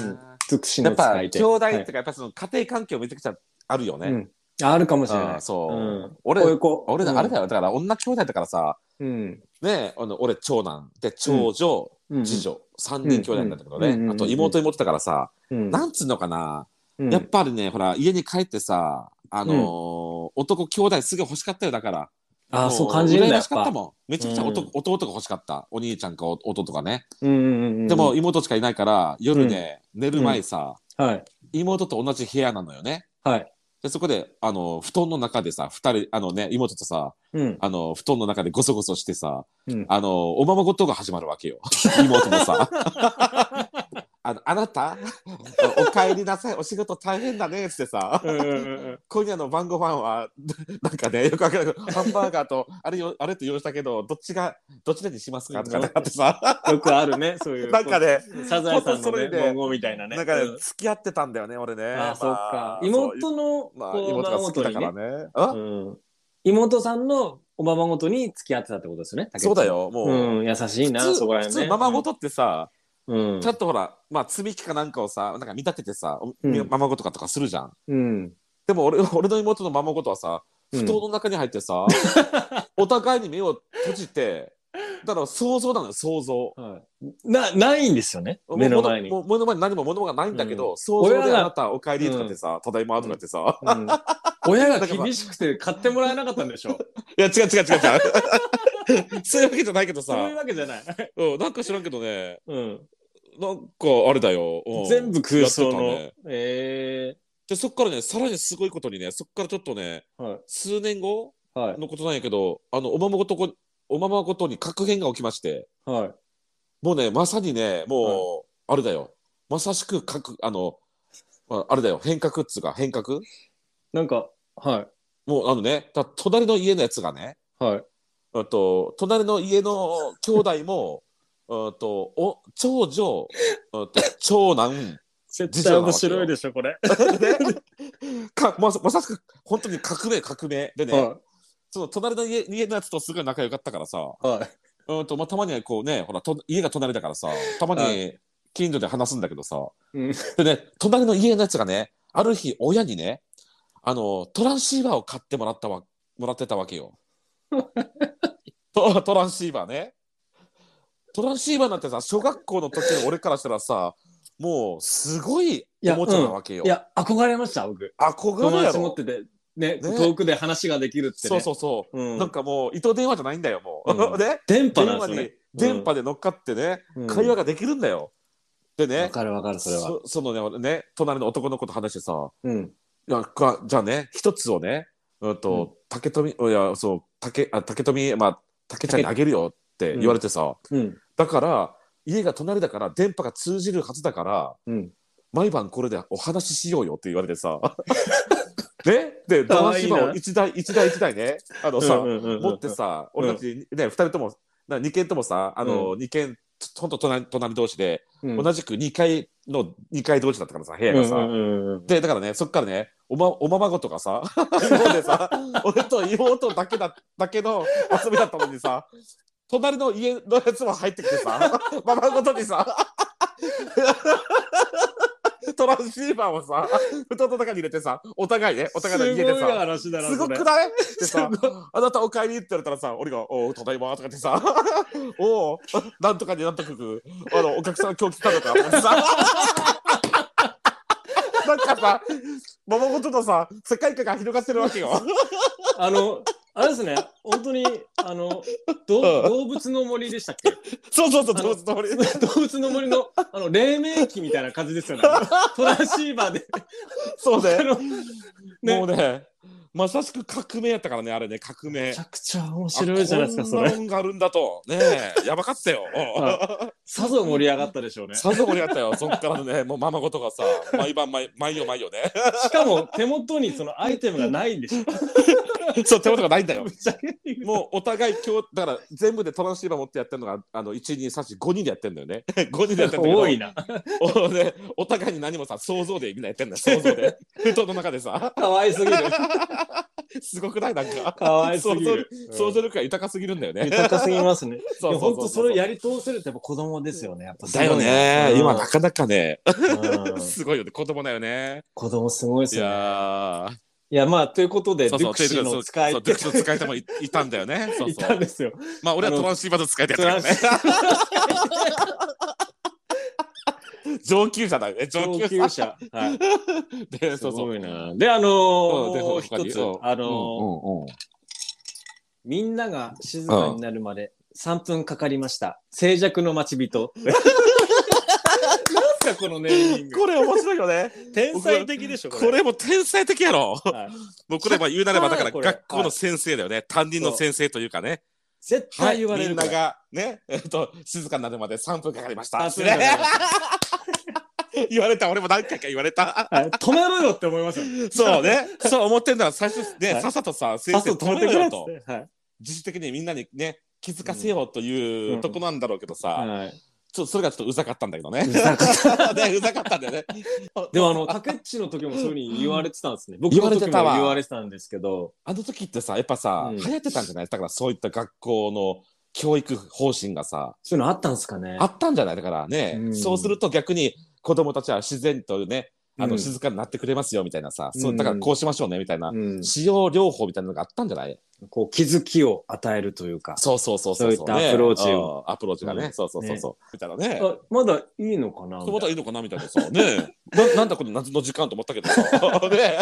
[SPEAKER 1] うんうん尽くし
[SPEAKER 2] や
[SPEAKER 1] の
[SPEAKER 2] っぱ
[SPEAKER 1] 使
[SPEAKER 2] 兄
[SPEAKER 1] い
[SPEAKER 2] 弟って
[SPEAKER 1] 手。
[SPEAKER 2] いうか、
[SPEAKER 1] は
[SPEAKER 2] や
[SPEAKER 1] い
[SPEAKER 2] っぱその家庭環境めちゃくちゃあるよね。
[SPEAKER 1] うんああるかもしれ
[SPEAKER 2] あ
[SPEAKER 1] な
[SPEAKER 2] ー
[SPEAKER 1] い。
[SPEAKER 2] そう、
[SPEAKER 1] うん
[SPEAKER 2] 俺
[SPEAKER 1] こういう子
[SPEAKER 2] 俺
[SPEAKER 1] う
[SPEAKER 2] だ、
[SPEAKER 1] ん
[SPEAKER 2] あれだよだから女兄弟だからさ
[SPEAKER 1] うん。
[SPEAKER 2] ねあの俺長男で長女、
[SPEAKER 1] うん
[SPEAKER 2] 次女三人兄弟なんだけどね、
[SPEAKER 1] うんうん
[SPEAKER 2] あと妹妹だからさ、
[SPEAKER 1] うん
[SPEAKER 2] なんつうのかな、
[SPEAKER 1] うん
[SPEAKER 2] やっぱりねほら家に帰ってさあのー男兄弟すごい欲しかったよだから
[SPEAKER 1] ああ、
[SPEAKER 2] も
[SPEAKER 1] そう感じるん
[SPEAKER 2] 羨
[SPEAKER 1] だ、
[SPEAKER 2] ま
[SPEAKER 1] やっ
[SPEAKER 2] しかっ
[SPEAKER 1] ぱ。
[SPEAKER 2] たもんめちゃくちゃ弟,、
[SPEAKER 1] うん
[SPEAKER 2] 弟が欲しかったお兄ちゃんかお弟とかね、
[SPEAKER 1] うんうんうんうん
[SPEAKER 2] でも、妹しかいないから夜ね、寝る前さ、
[SPEAKER 1] はい。
[SPEAKER 2] 妹と同じ部屋なのよね
[SPEAKER 1] はい。
[SPEAKER 2] でそこであの布団の中でさ二人あのね妹とさ
[SPEAKER 1] うん。
[SPEAKER 2] あの、布団の中でごそごそしてさ、
[SPEAKER 1] うん
[SPEAKER 2] あの、おままごとが始まるわけよ。 妹も さ。あのあなた、 お帰りなさい、お仕事大変だねっつってさ、
[SPEAKER 1] うんうんうん
[SPEAKER 2] 今夜の晩ご飯は、 なんかね、よくわからないけど、ハンバーガーと、あれよ、あれって用意したけど、どっちが、どっちらにしますかとかねあってさ、
[SPEAKER 1] よくあるね、そういう。
[SPEAKER 2] なんかね、
[SPEAKER 1] サザエさん
[SPEAKER 2] ほんとそ
[SPEAKER 1] の
[SPEAKER 2] れ
[SPEAKER 1] ね、
[SPEAKER 2] で
[SPEAKER 1] 文言みたいなね。
[SPEAKER 2] なんかね
[SPEAKER 1] う、
[SPEAKER 2] 付き合ってたんだよね、俺ね。
[SPEAKER 1] ああ、そっか。
[SPEAKER 2] そう
[SPEAKER 1] 妹の、こう
[SPEAKER 2] まあ、妹が好きだから
[SPEAKER 1] 孫
[SPEAKER 2] ね。あ
[SPEAKER 1] とにねうん妹さんのおままごとに付き合ってたってことですよね。竹内さ
[SPEAKER 2] そ
[SPEAKER 1] ん
[SPEAKER 2] うだ。よ、もう。
[SPEAKER 1] うん、優しいな、
[SPEAKER 2] 普通
[SPEAKER 1] そこら辺ね。
[SPEAKER 2] 普通ママごとってさ、
[SPEAKER 1] うん
[SPEAKER 2] ちょっとほら、まあ、積み木かなんかをさ、なんか見立ててさ、お
[SPEAKER 1] うん
[SPEAKER 2] ままごとかとかするじゃん。
[SPEAKER 1] うん。
[SPEAKER 2] でも俺、俺の妹のままごとはさ、
[SPEAKER 1] うん
[SPEAKER 2] 布団の中に入ってさ、 お互いに目を閉じて、だから想像なのよ、想像。
[SPEAKER 1] はいな、ないんですよね。目の前に。
[SPEAKER 2] ももも目の前に何も物がないんだけど、
[SPEAKER 1] う
[SPEAKER 2] 想像
[SPEAKER 1] 親
[SPEAKER 2] で
[SPEAKER 1] が
[SPEAKER 2] あなたお帰りとかってさ、ただいまとかってさ、
[SPEAKER 1] うん 親が厳しくて買ってもらえなかったんでしょ。
[SPEAKER 2] いや、違う違う違う 違う。 そういうわけじゃないけどさ、
[SPEAKER 1] そういうわけじゃない。
[SPEAKER 2] うん、なんか知らんけどね、
[SPEAKER 1] うん。
[SPEAKER 2] なんかあれだよ。うん
[SPEAKER 1] 全部空想の。
[SPEAKER 2] やってたね
[SPEAKER 1] え
[SPEAKER 2] で、そっからね、さらにすごいことにね、そっからちょっとね、
[SPEAKER 1] えは
[SPEAKER 2] 数年後、
[SPEAKER 1] い。はい。
[SPEAKER 2] のことなんやけど、あのおままごとこ、おままごとに確変が起きまして、
[SPEAKER 1] はい。
[SPEAKER 2] もうね、まさにね、もう、あれだよ、まさしく各、あの、ああれだよ、変革っつうか、変革
[SPEAKER 1] なんか、は
[SPEAKER 2] もう、あのね、だ隣の家のやつがね、
[SPEAKER 1] い。はい。
[SPEAKER 2] あと、隣の家の兄弟も、うんとお長女、うんと長男
[SPEAKER 1] 絶対面白いでしょ、これ。
[SPEAKER 2] ねかまさまさしく本当に革命革命 でね、
[SPEAKER 1] は
[SPEAKER 2] その隣の家家のやつとすごい仲良かったからさ、
[SPEAKER 1] い。はい。
[SPEAKER 2] うんとまあ、たまにはこうねほらと家が隣だからさたま
[SPEAKER 1] は
[SPEAKER 2] に近所で話すんだけどさ、
[SPEAKER 1] うん
[SPEAKER 2] でね隣の家のやつがねある日親にねあのトランシーバーを買ってもらったわもらってたわ けよトトランシーバーねトランシーバーなんてさ小学校の時の俺からしたらさもうすごいおもちゃなわけよ、
[SPEAKER 1] いや、憧れました、僕。
[SPEAKER 2] 憧
[SPEAKER 1] 友
[SPEAKER 2] れや
[SPEAKER 1] 達持っ
[SPEAKER 2] ろ
[SPEAKER 1] てて、ね、
[SPEAKER 2] ね
[SPEAKER 1] 遠くで話ができるってね。
[SPEAKER 2] そうそうそう、
[SPEAKER 1] うん
[SPEAKER 2] なんかもう糸電話じゃないんだよもう、
[SPEAKER 1] うん
[SPEAKER 2] ね
[SPEAKER 1] 電波
[SPEAKER 2] 電
[SPEAKER 1] な
[SPEAKER 2] 話
[SPEAKER 1] んです
[SPEAKER 2] に、
[SPEAKER 1] よね。
[SPEAKER 2] 電波で乗っかってね、
[SPEAKER 1] うん
[SPEAKER 2] 会話ができるんだよ。で
[SPEAKER 1] わ
[SPEAKER 2] ね、
[SPEAKER 1] かるわかる、それは。
[SPEAKER 2] そそのね俺ね、隣の男の子と話してさ、
[SPEAKER 1] うん。
[SPEAKER 2] いやかじゃあね、一つをね、うんと
[SPEAKER 1] うん
[SPEAKER 2] 竹富、いや、そう、竹、あ竹富、まあ、竹ちゃんにあげるよって言われてさ、
[SPEAKER 1] うん。
[SPEAKER 2] だから、家が隣だから、電波が通じるはずだから、
[SPEAKER 1] うん。
[SPEAKER 2] 毎晩これでお話ししようよって言われてさ、 ね、で、
[SPEAKER 1] か
[SPEAKER 2] ド
[SPEAKER 1] わ
[SPEAKER 2] ラ
[SPEAKER 1] い
[SPEAKER 2] シ
[SPEAKER 1] いな
[SPEAKER 2] バを一台一台一台ね、あのさ、
[SPEAKER 1] うんうんうんうん
[SPEAKER 2] 持ってさ、俺たちね、二人とも、な二軒ともさ、あの、二軒、ほんと隣隣同士で、
[SPEAKER 1] うん
[SPEAKER 2] 同じく二階の二階同士だったからさ、部屋がさ。
[SPEAKER 1] うんうんうんうん
[SPEAKER 2] で、だからね、そっからね、おま、おままごとがさ、 妹でさ、俺と妹だけだ、だけの遊びだったのにさ、隣の家のやつも入ってきて さ、ままごとにさ、 トランシーバーをさ、布団の中に入れてさ、お互いね、お互いの家です
[SPEAKER 1] ごい
[SPEAKER 2] さ、
[SPEAKER 1] 話だな
[SPEAKER 2] すご
[SPEAKER 1] それ
[SPEAKER 2] くないって
[SPEAKER 1] す
[SPEAKER 2] さ
[SPEAKER 1] ごい、
[SPEAKER 2] あなたお帰りって言われたらさ、俺が、おう、ただいまとか言ってさ、 おう、なんとかになんとかく、あの、お客さん今日来たのかとかさ、 なんかさ、ままごとのさ、世界観が広がってるわけよ。
[SPEAKER 1] あの、あれですね、本当に、あの、どう
[SPEAKER 2] うん
[SPEAKER 1] 動物の森でしたっけ
[SPEAKER 2] そうそうそう、
[SPEAKER 1] あ
[SPEAKER 2] ど
[SPEAKER 1] の
[SPEAKER 2] うぞどうぞ
[SPEAKER 1] 動物の森の、あの、黎明期みたいな感じですよね。トランシーバーで。
[SPEAKER 2] そう
[SPEAKER 1] あ
[SPEAKER 2] ね。
[SPEAKER 1] の
[SPEAKER 2] もうね、まさしく革命やったからね、あれね、革命
[SPEAKER 1] めち。ゃくちゃ面白いじゃないですか、
[SPEAKER 2] あ
[SPEAKER 1] そ
[SPEAKER 2] こん
[SPEAKER 1] れ。
[SPEAKER 2] な音があるんだと。ねえ、やばか ったよ。
[SPEAKER 1] さぞ盛り上がったでしょうね。し
[SPEAKER 2] さぞ盛り上がったよ。そっからのね、もうままごとがさ、毎晩毎、毎夜毎夜ね。
[SPEAKER 1] かも手元にそのアイテムがないんでしょ。
[SPEAKER 2] そう、手元がないんだよ
[SPEAKER 1] ぶ。っちゃけ言うと
[SPEAKER 2] もうお互い今日だから全部でトランシーバー持ってやってるのがあの12345人でやってるんだよね 5人でやってるんだけど
[SPEAKER 1] 多い な。
[SPEAKER 2] お,、ね、お互いに何もさ想像でみんなやってんだよ想像で布団の中でさ
[SPEAKER 1] かわいすぎる。
[SPEAKER 2] すごくないなんか
[SPEAKER 1] かわいすぎる。
[SPEAKER 2] 想像想像力が豊かすぎるんだよね
[SPEAKER 1] 豊かすぎますね。い
[SPEAKER 2] そ
[SPEAKER 1] や
[SPEAKER 2] うそ
[SPEAKER 1] 本
[SPEAKER 2] うそ
[SPEAKER 1] 当
[SPEAKER 2] う
[SPEAKER 1] それやり通せるってやっぱ子供ですよね。やっぱすご
[SPEAKER 2] だ
[SPEAKER 1] い
[SPEAKER 2] よね、
[SPEAKER 1] うん
[SPEAKER 2] 今なかなかね、
[SPEAKER 1] うん
[SPEAKER 2] すごいよね子供だよね
[SPEAKER 1] 子供すごいで
[SPEAKER 2] い
[SPEAKER 1] すよね。
[SPEAKER 2] や
[SPEAKER 1] いやまあということで
[SPEAKER 2] ー
[SPEAKER 1] デュクシーの使
[SPEAKER 2] そ
[SPEAKER 1] いう
[SPEAKER 2] デ
[SPEAKER 1] 手
[SPEAKER 2] ュクシーの使い手もいいたんだよねそう
[SPEAKER 1] い
[SPEAKER 2] そ
[SPEAKER 1] たん
[SPEAKER 2] う
[SPEAKER 1] ですよ。
[SPEAKER 2] まあ俺はトランシーバーの使い手やったけどね 上級者だよね上級
[SPEAKER 1] 上級
[SPEAKER 2] 者
[SPEAKER 1] 者。 はい。
[SPEAKER 2] でそうそう
[SPEAKER 1] いな。で、あのー
[SPEAKER 2] で
[SPEAKER 1] もう
[SPEAKER 2] 他
[SPEAKER 1] 一
[SPEAKER 2] に
[SPEAKER 1] つ
[SPEAKER 2] そう、
[SPEAKER 1] あのー
[SPEAKER 2] うんうんうん
[SPEAKER 1] みんなが静かになるまで3分かかりました。静寂の待ち人。 なんすか、このネーミング。
[SPEAKER 2] これ面白いよね。
[SPEAKER 1] 天才的でしょ、こ
[SPEAKER 2] こ
[SPEAKER 1] れ。
[SPEAKER 2] れも天才的や ろ。
[SPEAKER 1] はい
[SPEAKER 2] 僕らは言うなればだ から
[SPEAKER 1] これ
[SPEAKER 2] 学校の先生だよね。担任の先生というかね。
[SPEAKER 1] 絶
[SPEAKER 2] は
[SPEAKER 1] 対
[SPEAKER 2] い。
[SPEAKER 1] 言われ
[SPEAKER 2] み
[SPEAKER 1] る
[SPEAKER 2] ん
[SPEAKER 1] か
[SPEAKER 2] な
[SPEAKER 1] ら。
[SPEAKER 2] がね、えっと静かになるまで3分かかりました。
[SPEAKER 1] あそうだね
[SPEAKER 2] 言われた。俺も何回か言われた。
[SPEAKER 1] はい止めろよって思いますよ。
[SPEAKER 2] そうね。そう思ってんだら最初
[SPEAKER 1] は
[SPEAKER 2] ね
[SPEAKER 1] い
[SPEAKER 2] さっさと さ先
[SPEAKER 1] パス
[SPEAKER 2] 生
[SPEAKER 1] を止
[SPEAKER 2] 止
[SPEAKER 1] め
[SPEAKER 2] め
[SPEAKER 1] て
[SPEAKER 2] て
[SPEAKER 1] く
[SPEAKER 2] く
[SPEAKER 1] れ
[SPEAKER 2] れ
[SPEAKER 1] っつっ
[SPEAKER 2] と
[SPEAKER 1] て。はい
[SPEAKER 2] 自主的にみんなにね気づかせようというとこなんだろうけどさ、
[SPEAKER 1] はい。
[SPEAKER 2] ちょっとそれがちょっとうざかったんだけどね。
[SPEAKER 1] う ざかっ
[SPEAKER 2] ねうざかったんだよね。
[SPEAKER 1] でもあの、タケッチの時もそういうふうに言われてたんですね。僕
[SPEAKER 2] 言わ
[SPEAKER 1] の
[SPEAKER 2] れ
[SPEAKER 1] 時
[SPEAKER 2] て
[SPEAKER 1] も
[SPEAKER 2] たわ
[SPEAKER 1] 言われてたんですけど、
[SPEAKER 2] あの時ってさ、やっぱさ、
[SPEAKER 1] うん
[SPEAKER 2] 流行ってたんじゃないだからそういった学校の教育方針がさ、
[SPEAKER 1] そういうのあったんですかね
[SPEAKER 2] あ。ったんじゃないだからね、
[SPEAKER 1] うん
[SPEAKER 2] そうすると逆に子供たちは自然とね、あ
[SPEAKER 1] う
[SPEAKER 2] の
[SPEAKER 1] ん
[SPEAKER 2] 静かになってくれますよみたいなさ、そううんだからこうしましょうねみたいな、
[SPEAKER 1] うん
[SPEAKER 2] 使用療法みたいなのがあったんじゃない
[SPEAKER 1] こう気づきを与えるというか。
[SPEAKER 2] そうそうそうそ
[SPEAKER 1] そう
[SPEAKER 2] う
[SPEAKER 1] いったアプローチ
[SPEAKER 2] を。うんアプローチがね、
[SPEAKER 1] うん
[SPEAKER 2] そうそうそうそう、みたいなね。
[SPEAKER 1] あまだいいのかな
[SPEAKER 2] そうまたいいのかなみたいなさ、ねななんだこの夏の時間と思ったけど さ、ね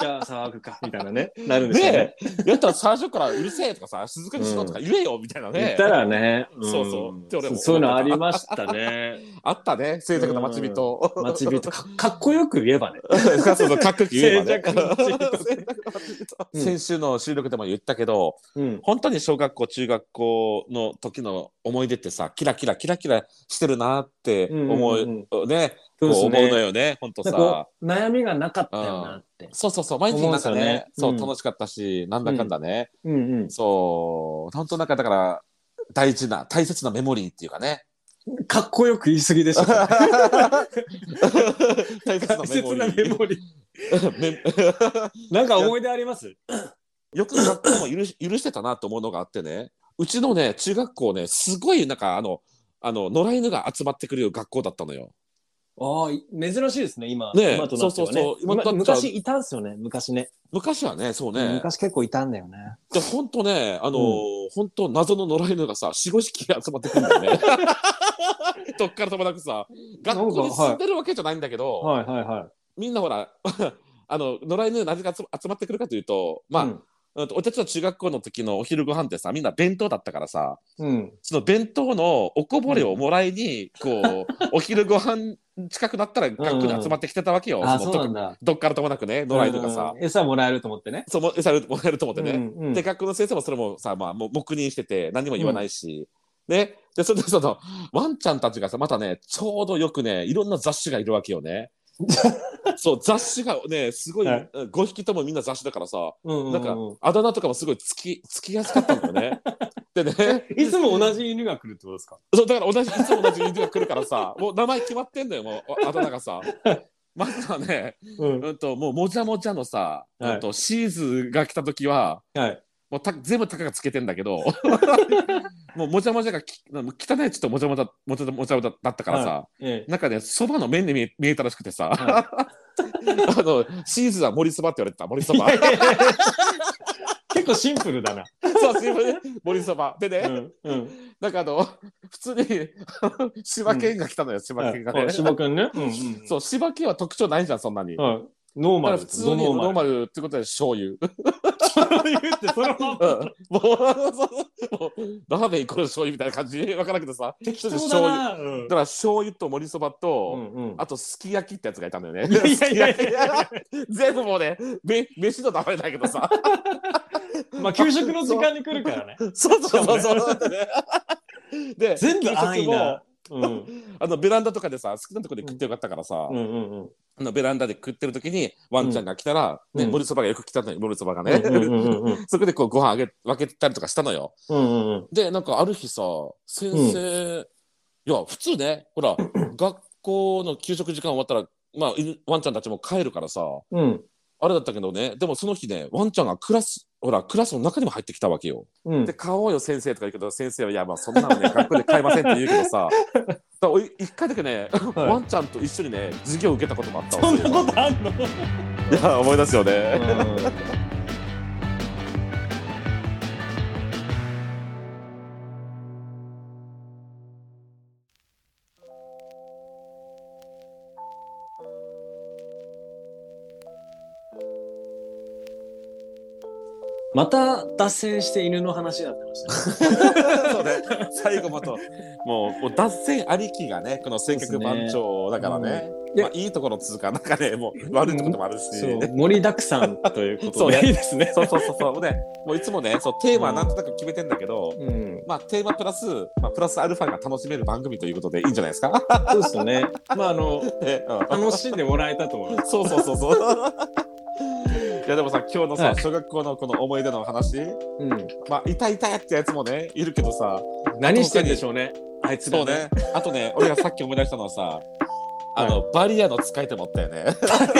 [SPEAKER 1] じゃあ騒ぐかみたいなね、 なるんですよね。
[SPEAKER 2] ねやったら最初からうるせえとかさ、静かにしろとか言えよみたいなね。
[SPEAKER 1] 言ったらね、
[SPEAKER 2] そうそうって俺も
[SPEAKER 1] んそういうのありましたね。
[SPEAKER 2] あったね、静寂の待ち人。
[SPEAKER 1] 待ち人か、かっこよく言えばね。
[SPEAKER 2] そうそうそう、かっこよく言えばね
[SPEAKER 1] 静寂の街人
[SPEAKER 2] 静寂の街人
[SPEAKER 1] うん
[SPEAKER 2] 先週の収録でも言ったけど、
[SPEAKER 1] うん。
[SPEAKER 2] 本当に小学校、中学校の時の思い出ってさ、キラキラ、キラキラしてるなって思う、
[SPEAKER 1] うんうん
[SPEAKER 2] ね、
[SPEAKER 1] そうです
[SPEAKER 2] こう思うの
[SPEAKER 1] ね。
[SPEAKER 2] よね、本当
[SPEAKER 1] なんか
[SPEAKER 2] さ
[SPEAKER 1] こ。う悩みがなかったよなって。
[SPEAKER 2] そうそうそう、毎日なんか
[SPEAKER 1] 思うんですよ
[SPEAKER 2] ね
[SPEAKER 1] ね、
[SPEAKER 2] そうう、
[SPEAKER 1] ん
[SPEAKER 2] 楽しかったし、なんだかんだね、
[SPEAKER 1] うんうん。
[SPEAKER 2] そう、本当なんかだから、大事な、大切なメモリーっていう かね。
[SPEAKER 1] かっこよく言い過ぎで したね。
[SPEAKER 2] 大切な
[SPEAKER 1] 大
[SPEAKER 2] メモ
[SPEAKER 1] 切
[SPEAKER 2] リ
[SPEAKER 1] な
[SPEAKER 2] ー。
[SPEAKER 1] メモリー。
[SPEAKER 2] メ
[SPEAKER 1] なんか思い出あります
[SPEAKER 2] よく学校も許し 許してたなと思うのがあってねうちのね中学校ねすごいなんかあのあの野良犬が集まってくる学校だったのよ。
[SPEAKER 1] ああ、い珍しいですね、今。
[SPEAKER 2] ねえ
[SPEAKER 1] 今となってはね
[SPEAKER 2] そうそうそう今
[SPEAKER 1] 今
[SPEAKER 2] となっては
[SPEAKER 1] 昔いたんですよね、昔ね。
[SPEAKER 2] 昔はねそうね
[SPEAKER 1] 昔結構いたんだよね。
[SPEAKER 2] でほんとねあのーほんと謎の野良犬がさ45匹集まってくるんだよ ね。どっからともなくさ学校に住んでるわけじゃないんだけど、
[SPEAKER 1] はいはいはい。
[SPEAKER 2] みんなほら あの野良犬なぜか集集まってくるかというとまあ、
[SPEAKER 1] うん
[SPEAKER 2] うんとおたちの中学校の時のお昼ご飯ってさみんな弁当だったからさ
[SPEAKER 1] うん。
[SPEAKER 2] その弁当のおこぼれをもらいに、 こう、お昼ご飯近くなったら学校に集まってきてたわけよ。
[SPEAKER 1] ああ、
[SPEAKER 2] そ
[SPEAKER 1] そ
[SPEAKER 2] の
[SPEAKER 1] うなんだ。
[SPEAKER 2] どっからともなくね、野良犬がさ
[SPEAKER 1] う。ん餌もらえると思ってね。
[SPEAKER 2] そうも餌もらえると思ってね。
[SPEAKER 1] うんうん
[SPEAKER 2] で、学校の先生もそれもさ、まあ、もう黙認してて、何も言わないし。ね。で、それでその、ワンちゃんたちがさ、またね、ちょうどよくね、いろんな雑種がいるわけよ ね。そう、雑種がね、すごい、
[SPEAKER 1] はい
[SPEAKER 2] 5匹ともみんな雑種だからさ、
[SPEAKER 1] うん
[SPEAKER 2] なんか、あだ名とかもすごいつき、つきやすかったんだよ ね。でね。
[SPEAKER 1] いつも同じ犬が来るってことですか
[SPEAKER 2] そうだから同じいつも同じ犬が来るからさもう名前決まってんのよもうああだ名 がさ。まずはね、
[SPEAKER 1] うん。
[SPEAKER 2] うん、ともうもじゃもじゃのさ、
[SPEAKER 1] はい
[SPEAKER 2] うん、とシーズが来た時は
[SPEAKER 1] はい。
[SPEAKER 2] もうた全部タカがつけてんだけ どもうもじゃもじゃがき汚いちょっともじゃもじゃもじゃもじゃもじゃだったからさ、
[SPEAKER 1] え
[SPEAKER 2] なんかねそばの麺に見え見えたらしくてさ、
[SPEAKER 1] は
[SPEAKER 2] あのシーズは森そばって言われてた森そば
[SPEAKER 1] え 結構シンプルだな。
[SPEAKER 2] そうすいません森そばでね、
[SPEAKER 1] うん。うん。
[SPEAKER 2] なんかあの普通にあの柴犬が来たのよ、柴犬がね。
[SPEAKER 1] はい下君ね。うんうん。
[SPEAKER 2] そう、柴犬は特徴ないじゃん、そんなに。
[SPEAKER 1] はい。ノー
[SPEAKER 2] だか
[SPEAKER 1] マ
[SPEAKER 2] ら
[SPEAKER 1] ル
[SPEAKER 2] 普
[SPEAKER 1] です。
[SPEAKER 2] 通にノー
[SPEAKER 1] ル。
[SPEAKER 2] マルってことで醤油。
[SPEAKER 1] 言ってそのま
[SPEAKER 2] う
[SPEAKER 1] ま
[SPEAKER 2] んもう、そうもうラーメンイコール醤油みたいな感じ分からんけどさ。
[SPEAKER 1] 適
[SPEAKER 2] ちょっと
[SPEAKER 1] 当
[SPEAKER 2] 醤
[SPEAKER 1] だ
[SPEAKER 2] 油
[SPEAKER 1] な。うん
[SPEAKER 2] だから醤油と盛りそばと、
[SPEAKER 1] うんうん
[SPEAKER 2] あとすき焼きってやつがいたんだよね。
[SPEAKER 1] いやいやいやいや
[SPEAKER 2] すき焼き全部もうね、め飯の名前だけどさ。
[SPEAKER 1] まあ給食の時間に来るからね。
[SPEAKER 2] そうそうそうそう。で、
[SPEAKER 1] 全部安易な。うん
[SPEAKER 2] もあのベランダとかでさ、好きなとこで食ってよかったからさ、
[SPEAKER 1] うんうんうん。
[SPEAKER 2] あのベランダで食ってる時にワンちゃんが来たら、
[SPEAKER 1] うん
[SPEAKER 2] ね、
[SPEAKER 1] うん
[SPEAKER 2] 盛りそばがよく来たのよ、盛りそばがね。
[SPEAKER 1] うんうんうんうん
[SPEAKER 2] そこでこうご飯あげ分けたりとかしたのよ。
[SPEAKER 1] うんうんうん。
[SPEAKER 2] で、なんかある日さ、先生、いや、普通ね、ほら、学校の給食時間終わったら、まあ、犬ワンちゃんたちも帰るからさ、
[SPEAKER 1] うん
[SPEAKER 2] あれだったけどね、でもその日ね、ワンちゃんがクラス、ほら、クラスの中にも入ってきたわけよ。
[SPEAKER 1] うん
[SPEAKER 2] で、。買おうよ、先生とか言うけど、先生は、いや、まあ、そんなのね、学校で買えませんって言うけどさ、だから俺一回だけね、
[SPEAKER 1] はい
[SPEAKER 2] ワンちゃんと一緒にね、授業受けたこともあった
[SPEAKER 1] そ
[SPEAKER 2] わ
[SPEAKER 1] んなことあんの
[SPEAKER 2] いや、思い出すよね。
[SPEAKER 1] また脱線して犬の話になってましたね。
[SPEAKER 2] そうね、最後まと、もう、もう脱線ありきがね、この性格番長だからね。
[SPEAKER 1] うん
[SPEAKER 2] まあ、いいところ通過、なんかね、もう悪いところもあるし。
[SPEAKER 1] そう、盛りだくさんということ
[SPEAKER 2] そう
[SPEAKER 1] で。
[SPEAKER 2] ね
[SPEAKER 1] いいですね。
[SPEAKER 2] そうそうそうそう、ね、もういつもね、そう、テーマはなんとなく決めてんだけど。
[SPEAKER 1] うん、
[SPEAKER 2] まあ、テーマプラス、まあ、プラスアルファが楽しめる番組ということでいいんじゃないですか。
[SPEAKER 1] そうですね。まあ、あの、
[SPEAKER 2] えうん
[SPEAKER 1] 楽しんでもらえたと思います。
[SPEAKER 2] そうそうそうそう。 いやでもさ今日のさ、
[SPEAKER 1] はい
[SPEAKER 2] 小学校のこの思い出の話
[SPEAKER 1] うん、
[SPEAKER 2] まあいたいたってやつもねいるけどさ
[SPEAKER 1] 何してんでしょうね。あいつ
[SPEAKER 2] そ
[SPEAKER 1] ら
[SPEAKER 2] うね。あとね俺がさっき思い出したの はさあの、バリアの使い手持ったよね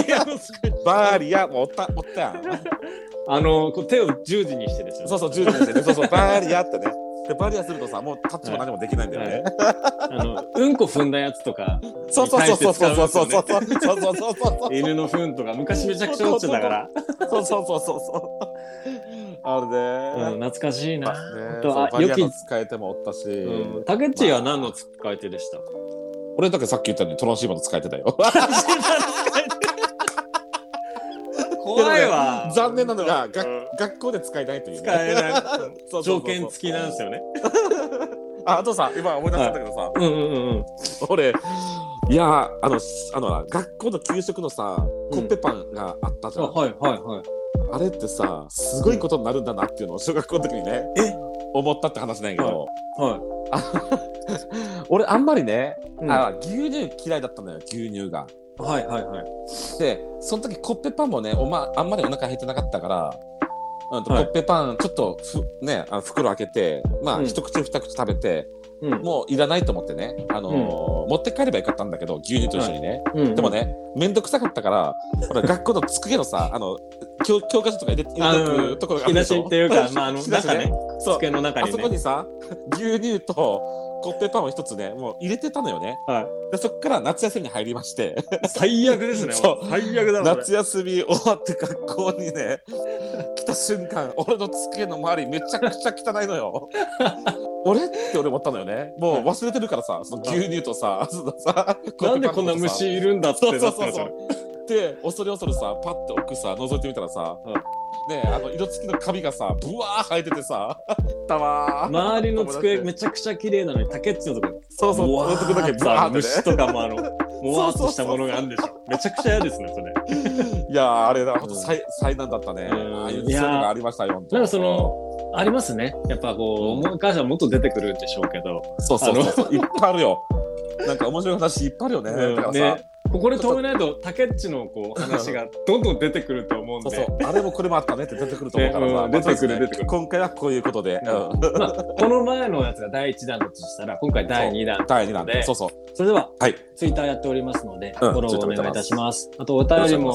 [SPEAKER 1] いやもうすごい
[SPEAKER 2] バリア持った持ったやん
[SPEAKER 1] あの、こう手を十字にしてですよね。
[SPEAKER 2] そうそう10年生ねそう そうバリアってねでバリアするとさもうタッチも何もできないんだよね、
[SPEAKER 1] はいあの、うんこ踏んだやつとか、
[SPEAKER 2] そうそうそうそうそうそうそうそう
[SPEAKER 1] 対
[SPEAKER 2] そうそうそうそう
[SPEAKER 1] 犬の糞とか、昔めちゃくちゃ落ちてたから。
[SPEAKER 2] そうそうそうそうそう。あ
[SPEAKER 1] う
[SPEAKER 2] れ
[SPEAKER 1] ん、
[SPEAKER 2] ね。
[SPEAKER 1] 懐かしいな。
[SPEAKER 2] ね
[SPEAKER 1] あと
[SPEAKER 2] そ
[SPEAKER 1] は
[SPEAKER 2] うバリア
[SPEAKER 1] 良
[SPEAKER 2] の
[SPEAKER 1] き
[SPEAKER 2] 使えてもおったし、
[SPEAKER 1] うん、タケッチは何の使い手でした。
[SPEAKER 2] 俺だけさっき言ったようにトランシーバーの使えてたよ
[SPEAKER 1] 怖いわ。
[SPEAKER 2] 残念なのがが、
[SPEAKER 1] うん
[SPEAKER 2] 学校で使えないという、ね、
[SPEAKER 1] 使えない
[SPEAKER 2] そうそうそう
[SPEAKER 1] 条件付きなんですよね。
[SPEAKER 2] ああとさ今思い出したんだけどさ、
[SPEAKER 1] うんうんうん
[SPEAKER 2] 俺いやあのあの学校の給食のさコッペパンがあったじ
[SPEAKER 1] あ
[SPEAKER 2] ゃん、
[SPEAKER 1] はいはいはい。
[SPEAKER 2] あれってさすごいことになるんだなっていうのを小学校の時にね
[SPEAKER 1] え
[SPEAKER 2] 思ったって話なんやけど、
[SPEAKER 1] は
[SPEAKER 2] 俺あんまりね、
[SPEAKER 1] い。うん
[SPEAKER 2] あ牛乳嫌いだったのよ牛乳が
[SPEAKER 1] はいはいはい。
[SPEAKER 2] でその時コッペパンもねお、まあんまりお腹減ってなかったから、うんと
[SPEAKER 1] はい
[SPEAKER 2] コッペパンちょっとふ、ね、あの袋開けて、まあ
[SPEAKER 1] うん
[SPEAKER 2] 一口二口食べて
[SPEAKER 1] うん
[SPEAKER 2] もういらないと思ってね、あのー
[SPEAKER 1] うん
[SPEAKER 2] 持って帰ればよかったんだけど牛乳と一緒にね、
[SPEAKER 1] うん
[SPEAKER 2] でも。ね面倒くさかったから ほら学校の机のさあの教教科書とか入れて
[SPEAKER 1] あ
[SPEAKER 2] 入れて
[SPEAKER 1] の
[SPEAKER 2] くところがあ
[SPEAKER 1] 引き出
[SPEAKER 2] るで
[SPEAKER 1] し
[SPEAKER 2] しょ
[SPEAKER 1] っていうか、まああの
[SPEAKER 2] 引き出し
[SPEAKER 1] 中
[SPEAKER 2] ね
[SPEAKER 1] ね、
[SPEAKER 2] そう
[SPEAKER 1] 机の中
[SPEAKER 2] あ
[SPEAKER 1] に
[SPEAKER 2] そこ
[SPEAKER 1] ね。
[SPEAKER 2] にさ牛乳とコッペパンを一つねもう入れてたのよね
[SPEAKER 1] は
[SPEAKER 2] でそっから夏休みに入りまして
[SPEAKER 1] い。最悪ですね。
[SPEAKER 2] そう
[SPEAKER 1] 最悪だな。これ
[SPEAKER 2] 夏休み終わって学校に ね来た瞬間俺の机の周りめちゃくちゃ汚いのよ 俺って俺思ったのよねもう忘れてるからさその牛乳とさそのさ
[SPEAKER 1] なんでこんな虫いるんだって
[SPEAKER 2] そ
[SPEAKER 1] な
[SPEAKER 2] う
[SPEAKER 1] っ
[SPEAKER 2] そ
[SPEAKER 1] た
[SPEAKER 2] うそうそうで恐れ恐れさパッて奥さ覗いてみたらさ、
[SPEAKER 1] うん
[SPEAKER 2] ねあの色付きの髪がさブワー生えててさたわー
[SPEAKER 1] 周りの机
[SPEAKER 2] 友達
[SPEAKER 1] めちゃくちゃ綺麗なのに、タケッチのとこ
[SPEAKER 2] そうそう
[SPEAKER 1] もわ
[SPEAKER 2] 男だけ
[SPEAKER 1] ーっ
[SPEAKER 2] ブ
[SPEAKER 1] とあ
[SPEAKER 2] ワー
[SPEAKER 1] の
[SPEAKER 2] ってね
[SPEAKER 1] 虫とかもあの、もわーっとしたものがあるんでしょ。めちゃくちゃ嫌ですね、それ。
[SPEAKER 2] いやーあれだほんと災災難だったね、
[SPEAKER 1] うん
[SPEAKER 2] ああいうそういうのがありましたよほんと
[SPEAKER 1] なんかその、ありますね。やっぱこう、思い返したらもっと出てくるんでしょうけど。
[SPEAKER 2] そうそうそうそう。いっぱいあるよ。なんか面白い話いっぱいあるよね。だからさ、
[SPEAKER 1] ね、ここで止めないと、タケッチのこう話がどんどん出てくると思うん
[SPEAKER 2] そう
[SPEAKER 1] で。
[SPEAKER 2] そう。あれもこれもあったねって出てくると思うから
[SPEAKER 1] ね
[SPEAKER 2] さ。
[SPEAKER 1] うん
[SPEAKER 2] まあ
[SPEAKER 1] 出てくる
[SPEAKER 2] そうですね
[SPEAKER 1] 出てくる
[SPEAKER 2] 今回はこういうことで。
[SPEAKER 1] う
[SPEAKER 2] うんん
[SPEAKER 1] まあ、この前のやつが第1弾だとしたら、今回第2弾。
[SPEAKER 2] 第二弾で。
[SPEAKER 1] ね
[SPEAKER 2] そうそう。
[SPEAKER 1] それでは、
[SPEAKER 2] はい。
[SPEAKER 1] ツイッターやっておりますので、
[SPEAKER 2] う
[SPEAKER 1] フ
[SPEAKER 2] ん
[SPEAKER 1] ォローお願いいたします。あと、お便りも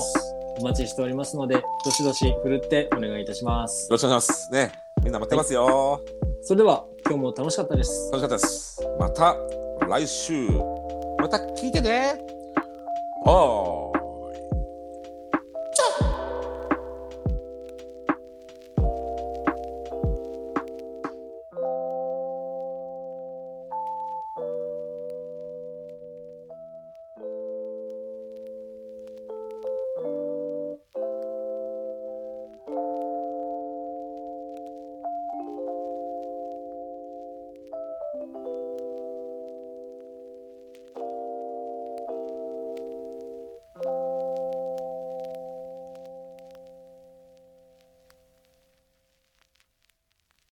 [SPEAKER 1] お待ちしておりますので、どしどし振るってお願いいたします。
[SPEAKER 2] よろしくお願いします。ね。みんな待ってますよ。
[SPEAKER 1] それでは、今日も楽しかったです。
[SPEAKER 2] 楽しかったです。また来週。また聞いてね。おーい。ちょっ